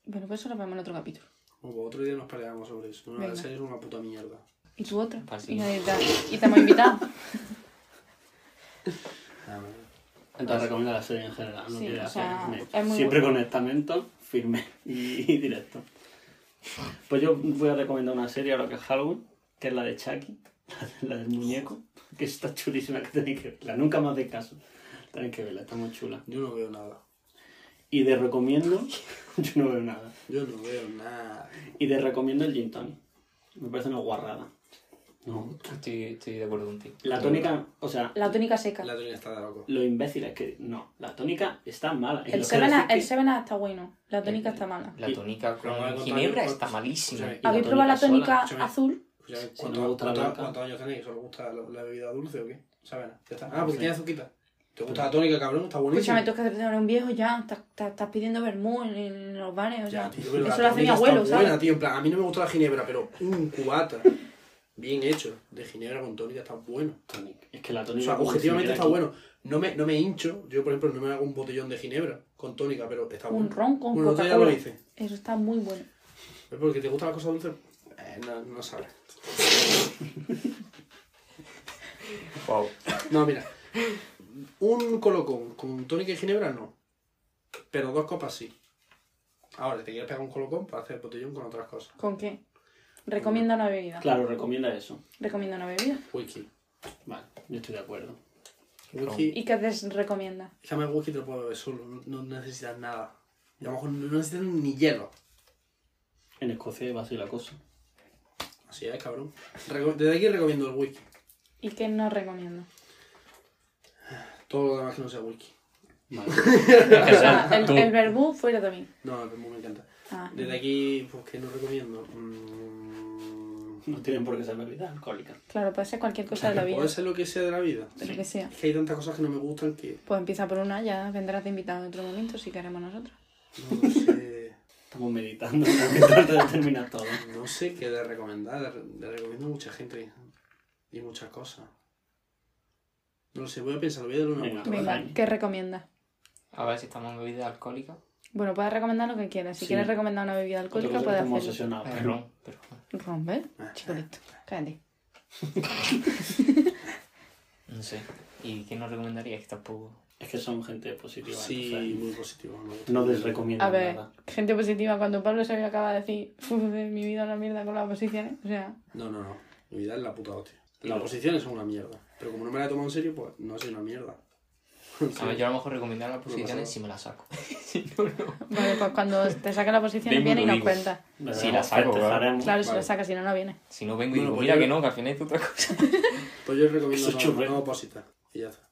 Speaker 2: Bueno, pues eso lo vemos en otro capítulo.
Speaker 4: Como otro día nos peleamos sobre eso. No, la
Speaker 2: Venga.
Speaker 4: serie es una puta mierda.
Speaker 2: Y tú otra.
Speaker 5: Pues sí.
Speaker 2: Y, nadie te ha- y te hemos invitado.
Speaker 1: Entonces recomiendo la serie en general. No
Speaker 2: Sí,
Speaker 1: quiero
Speaker 2: o sea,
Speaker 1: hacer-
Speaker 2: es muy
Speaker 1: Siempre
Speaker 2: bueno.
Speaker 1: con estamento firme y, y directo. Pues yo voy a recomendar una serie ahora que es Halloween, que es la de Chucky, [LAUGHS] la del muñeco, que está chulísima, que tenéis que verla. Nunca más de caso. Tenéis que verla, está muy chula.
Speaker 4: Yo no veo nada.
Speaker 1: Y de recomiendo, [LAUGHS] yo no veo nada.
Speaker 4: Yo no veo nada.
Speaker 1: Y de recomiendo el gin tonic. Me parece una guarrada. No.
Speaker 5: Estoy, estoy de acuerdo contigo.
Speaker 1: La tónica, o sea,
Speaker 2: La túnica seca.
Speaker 4: La teoría está de loco.
Speaker 1: los imbéciles que... No, la tónica está mala. Y
Speaker 2: El
Speaker 1: lo que
Speaker 2: 7
Speaker 1: decís que-
Speaker 2: el Seven Up está bueno. La tónica está mala.
Speaker 5: La tónica
Speaker 4: Pero vale,
Speaker 5: con
Speaker 4: con
Speaker 5: Ginebra
Speaker 4: tónica-
Speaker 5: está malísima.
Speaker 4: Sí.
Speaker 1: la
Speaker 2: ¿Habéis probado la
Speaker 5: tónica
Speaker 2: tónica
Speaker 4: sola,
Speaker 2: azul?
Speaker 4: Escuchad,
Speaker 1: Si
Speaker 4: ¿cuánto-
Speaker 1: no me gusta la
Speaker 4: cuánto-
Speaker 1: blanca.
Speaker 4: ¿Cuántos años tenéis? ¿Solo os gusta la, la bebida dulce o qué? ¿Saben? Ya está. Ah, porque
Speaker 1: Sí.
Speaker 4: tiene azuquita. ¿Te gusta la tónica, cabrón? Está buenísimo.
Speaker 2: Escúchame, tú es que eres un viejo ya. Estás, estás- estás pidiendo vermú en, en los bares. O sea,
Speaker 4: Ya, tío, pero
Speaker 2: eso
Speaker 4: la
Speaker 2: lo hace mi
Speaker 4: tónica está
Speaker 2: abuelo, ¿sabes?
Speaker 4: buena, tío. En plan, a mí no me gusta la ginebra, pero un cubata bien hecho de ginebra con tónica está bueno.
Speaker 1: Tonic. Es que la
Speaker 4: O
Speaker 1: tónica.
Speaker 4: sea,
Speaker 1: como si
Speaker 4: objetivamente
Speaker 1: me
Speaker 4: está
Speaker 1: queda
Speaker 4: bueno. No me, no me hincho. Yo, por ejemplo, no me hago un botellón de ginebra con tónica, pero está bueno.
Speaker 2: Un ron con
Speaker 4: Bueno, el otro día lo
Speaker 2: Coca-Cola.
Speaker 4: hice.
Speaker 2: Eso está muy bueno.
Speaker 4: Es porque te gusta la cosa dulce. Eh, no, no sabes.
Speaker 5: Wow.
Speaker 4: No, mira. Un colocón con tónica y ginebra no. Pero dos copas sí. Ahora, si te quieres pegar un colocón para hacer botellón con otras cosas.
Speaker 2: ¿Con qué? Recomienda una bebida.
Speaker 1: aquí. Claro, recomienda eso.
Speaker 2: Recomienda una bebida.
Speaker 4: Whisky.
Speaker 1: Vale, yo estoy de acuerdo.
Speaker 4: Whisky,
Speaker 2: ¿Y qué te recomiendas?
Speaker 4: es que además el whisky te lo puedes beber solo, no, no necesitas nada. Y a lo mejor no necesitas ni hielo.
Speaker 1: En Escocia va a ser la cosa.
Speaker 4: Así es, cabrón. Reco- Desde aquí recomiendo el whisky.
Speaker 2: ¿Y qué no recomiendas?
Speaker 4: Todo lo demás que no sea whisky.
Speaker 1: Vale.
Speaker 5: O
Speaker 2: O sea, [LAUGHS]
Speaker 5: sea,
Speaker 2: el,
Speaker 5: tú-
Speaker 2: el verbú fuera de mí.
Speaker 4: No, el vermú me encanta.
Speaker 2: Ah,
Speaker 4: Desde aquí, pues, ¿qué no recomiendo? Mm,
Speaker 1: No tienen por qué ser bebidas alcohólicas.
Speaker 2: claro, puede ser cualquier cosa de la vida.
Speaker 4: Puede ser lo que sea de la vida.
Speaker 2: de Lo que sea.
Speaker 4: Es que hay tantas cosas que no me gustan que
Speaker 2: Pues empieza por una, ya vendrás de invitado en otro momento si queremos nosotros.
Speaker 1: [LAUGHS]
Speaker 4: no sé,
Speaker 1: Estamos meditando para tratar de terminar todo.
Speaker 4: no sé qué de recomendar. Le re- Le recomiendo a mucha gente y muchas cosas. No lo sé, voy a pensar, voy a darle una
Speaker 1: Venga.
Speaker 4: vuelta.
Speaker 2: Venga,
Speaker 1: Vale.
Speaker 2: ¿qué recomiendas?
Speaker 5: A ver si estamos en bebida alcohólica.
Speaker 2: Bueno, puedes recomendar lo que quieras. Si
Speaker 1: Sí.
Speaker 2: quieres recomendar una
Speaker 1: Otra
Speaker 2: bebida [LAUGHS] alcohólica,
Speaker 1: cosa que
Speaker 2: puedes
Speaker 1: estamos
Speaker 2: hacerlo.
Speaker 1: obsesionados,
Speaker 5: Eh,
Speaker 1: pero
Speaker 5: ron, pero
Speaker 2: Romper, chico
Speaker 4: Eh,
Speaker 2: listo. Cállate.
Speaker 5: no sé. ¿Y qué nos recomendaría? Que tampoco.
Speaker 1: es que son gente positiva.
Speaker 4: Sí, muy positivo. me gusta.
Speaker 1: entonces no les recomiendo
Speaker 2: A ver,
Speaker 1: nada.
Speaker 2: gente positiva, cuando Pablo se había acabado de decir, "Uf, de mi vida una mierda con las posiciones, o sea,
Speaker 4: No, no, no. Mi vida es la puta hostia. Las
Speaker 1: Claro.
Speaker 4: posiciones son una mierda. Pero como no me la he tomado en serio, pues no soy una mierda.
Speaker 5: A ver, yo a lo mejor recomendaría las
Speaker 4: pasa
Speaker 5: posiciones
Speaker 4: nada.
Speaker 5: si me las saco. si no, no.
Speaker 2: vale, pues cuando te saca la posición
Speaker 5: Vengo y
Speaker 2: viene y
Speaker 5: lo
Speaker 2: nos
Speaker 5: digo.
Speaker 2: cuenta.
Speaker 1: Veremos,
Speaker 5: Sí, la saco, claro.
Speaker 1: festejaremos.
Speaker 2: Claro, si
Speaker 4: Vale.
Speaker 2: la saca, si no, no viene.
Speaker 5: Si no vengo y
Speaker 4: Bueno,
Speaker 5: digo,
Speaker 4: pues
Speaker 5: mira
Speaker 4: yo-
Speaker 5: que no, que al final es otra cosa.
Speaker 4: Pues yo recomiendo
Speaker 1: Eso es
Speaker 4: no,
Speaker 1: churro, ¿eh?
Speaker 4: no opositar. Y ya está.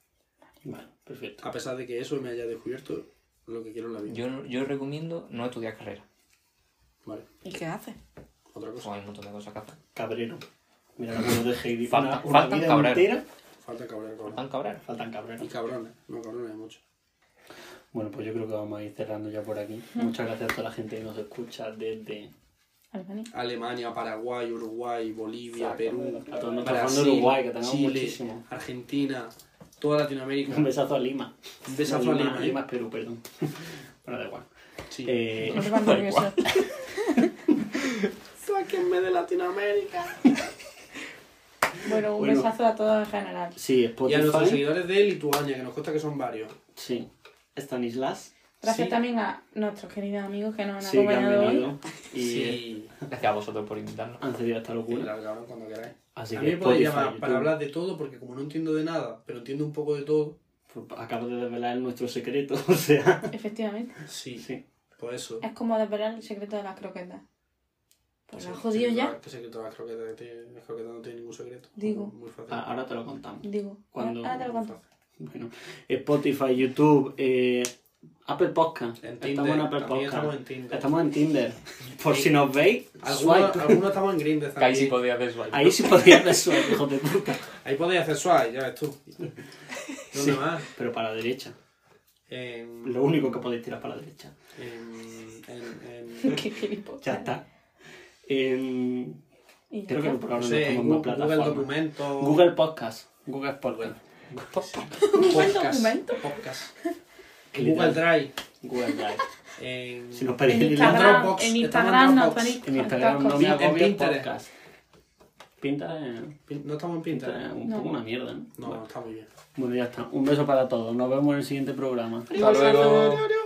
Speaker 1: Vale, perfecto.
Speaker 4: A pesar de que eso me haya descubierto lo que quiero en la vida.
Speaker 5: Yo, no- yo recomiendo no estudiar carrera.
Speaker 4: Vale,
Speaker 2: ¿Y qué hace?
Speaker 4: otra
Speaker 5: Pues
Speaker 4: cosa.
Speaker 5: hay un montón de cosas que hacer.
Speaker 1: Cabrero. Mira, que nos deje ir
Speaker 5: Falta-
Speaker 1: una, una
Speaker 5: faltan
Speaker 1: vida
Speaker 5: cabreros.
Speaker 1: entera.
Speaker 4: Falta cabrón, cabrón.
Speaker 5: Tan cabrera.
Speaker 1: Faltan cabreros.
Speaker 4: Y cabrones. No, cabrones hay mucho.
Speaker 1: Bueno, pues yo creo que vamos a ir cerrando ya por aquí. Muchas gracias a toda la gente que nos escucha desde
Speaker 2: Alemania.
Speaker 4: Alemania, Paraguay, Uruguay, Bolivia, Perú,
Speaker 1: a todos nuestros fans de
Speaker 4: Brasil,
Speaker 1: Uruguay, que tenemos
Speaker 4: Chile,
Speaker 1: muchísimo.
Speaker 4: Argentina, toda Latinoamérica.
Speaker 1: [LAUGHS] Un besazo a Lima.
Speaker 4: Un besazo
Speaker 1: No,
Speaker 4: a Lima, ¿eh?
Speaker 1: Lima es Perú, perdón. [LAUGHS] bueno, da igual.
Speaker 4: Sí.
Speaker 1: Eh,
Speaker 2: No sé cuándo
Speaker 5: Da igual.
Speaker 2: regreso.
Speaker 4: Sáquenme de Latinoamérica.
Speaker 2: Bueno, un
Speaker 1: Bueno.
Speaker 2: besazo a todos en general.
Speaker 1: sí,
Speaker 4: Y a nuestros
Speaker 1: Spotify.
Speaker 4: seguidores de Lituania, que nos consta que son varios.
Speaker 1: Sí. Stanislas.
Speaker 2: Gracias
Speaker 4: Sí.
Speaker 2: también a nuestros queridos amigos que nos
Speaker 1: Sí,
Speaker 2: han
Speaker 1: que han
Speaker 2: acompañado hoy.
Speaker 1: venido. Y eh,
Speaker 4: Sí.
Speaker 5: Gracias a vosotros por invitarnos.
Speaker 1: han cedido esta
Speaker 4: Y
Speaker 1: locura.
Speaker 4: largaban cuando queráis.
Speaker 1: Así
Speaker 4: a
Speaker 1: que
Speaker 4: mí me podéis
Speaker 1: Spotify,
Speaker 4: llamar para
Speaker 1: YouTube.
Speaker 4: hablar de todo, porque como no entiendo de nada, pero entiendo un poco de todo.
Speaker 1: Pues Acabo de desvelar nuestro secreto, [LAUGHS] o sea.
Speaker 2: Efectivamente.
Speaker 4: Sí,
Speaker 1: Sí.
Speaker 4: por eso.
Speaker 2: Es como desvelar el secreto de las croquetas. Pues lo
Speaker 4: Sí,
Speaker 2: has jodido
Speaker 4: sí,
Speaker 2: ya,
Speaker 4: claro, Que secreto, las croquetas, que tiene- las croquetas no tiene ningún secreto.
Speaker 2: Digo.
Speaker 4: Muy fácil.
Speaker 1: Ah, Ahora te lo contamos.
Speaker 2: digo.
Speaker 1: Cuando-
Speaker 2: Ahora te lo
Speaker 4: Muy
Speaker 2: cuento.
Speaker 4: fácil.
Speaker 1: Bueno, Spotify, YouTube, eh, Apple Podcast.
Speaker 4: En
Speaker 1: estamos
Speaker 4: Tinder,
Speaker 1: en Apple
Speaker 4: también
Speaker 1: Podcast.
Speaker 4: estamos en Tinder.
Speaker 1: Estamos en Tinder. Por si nos veis,
Speaker 4: Algunos,
Speaker 1: swipe.
Speaker 4: algunos estamos en Grindr
Speaker 5: Que ahí sí
Speaker 4: también.
Speaker 5: podía hacer swipe.
Speaker 1: Ahí sí podrías ver swipe, hijo de puta.
Speaker 4: Ahí podéis hacer suave, ya ves
Speaker 2: [LAUGHS]
Speaker 4: tú. ¿Dónde
Speaker 1: Sí.
Speaker 4: más?
Speaker 1: Pero para la derecha.
Speaker 4: En,
Speaker 1: Lo único que podéis tirar para la derecha.
Speaker 4: en, en, en-
Speaker 2: [LAUGHS] Qué gilipollas.
Speaker 1: Ya
Speaker 4: Cioè,
Speaker 1: está. En-
Speaker 2: Y ya
Speaker 1: Creo que
Speaker 2: está.
Speaker 1: por
Speaker 4: no
Speaker 1: ahora no
Speaker 4: sé, en
Speaker 1: estamos en
Speaker 4: Google,
Speaker 1: más
Speaker 4: Google
Speaker 1: plataformas.
Speaker 4: Documentos.
Speaker 1: Google Podcast. Google Podcast.
Speaker 4: Google
Speaker 2: Documento.
Speaker 4: Podcast.
Speaker 1: [LAUGHS] Que
Speaker 4: Google
Speaker 1: literal-
Speaker 4: Drive.
Speaker 1: Google Drive.
Speaker 4: En,
Speaker 1: Si nos pedís
Speaker 2: En
Speaker 1: el
Speaker 2: Instagram,
Speaker 4: Dropbox,
Speaker 2: en
Speaker 4: estamos en
Speaker 2: Instagram nos
Speaker 4: Dropbox.
Speaker 2: tenéis
Speaker 1: En Instagram no me
Speaker 4: En
Speaker 1: agobia
Speaker 4: Pinterest.
Speaker 1: podcast. Pinterest,
Speaker 4: Pin- no estamos en
Speaker 1: Pinterest es
Speaker 4: Pinterest.
Speaker 1: un
Speaker 2: No.
Speaker 1: poco una mierda, ¿no?
Speaker 2: Pues
Speaker 4: No, está muy bien.
Speaker 1: Bueno, ya está. Un beso para todos. Nos vemos en el siguiente programa.
Speaker 5: Hasta luego.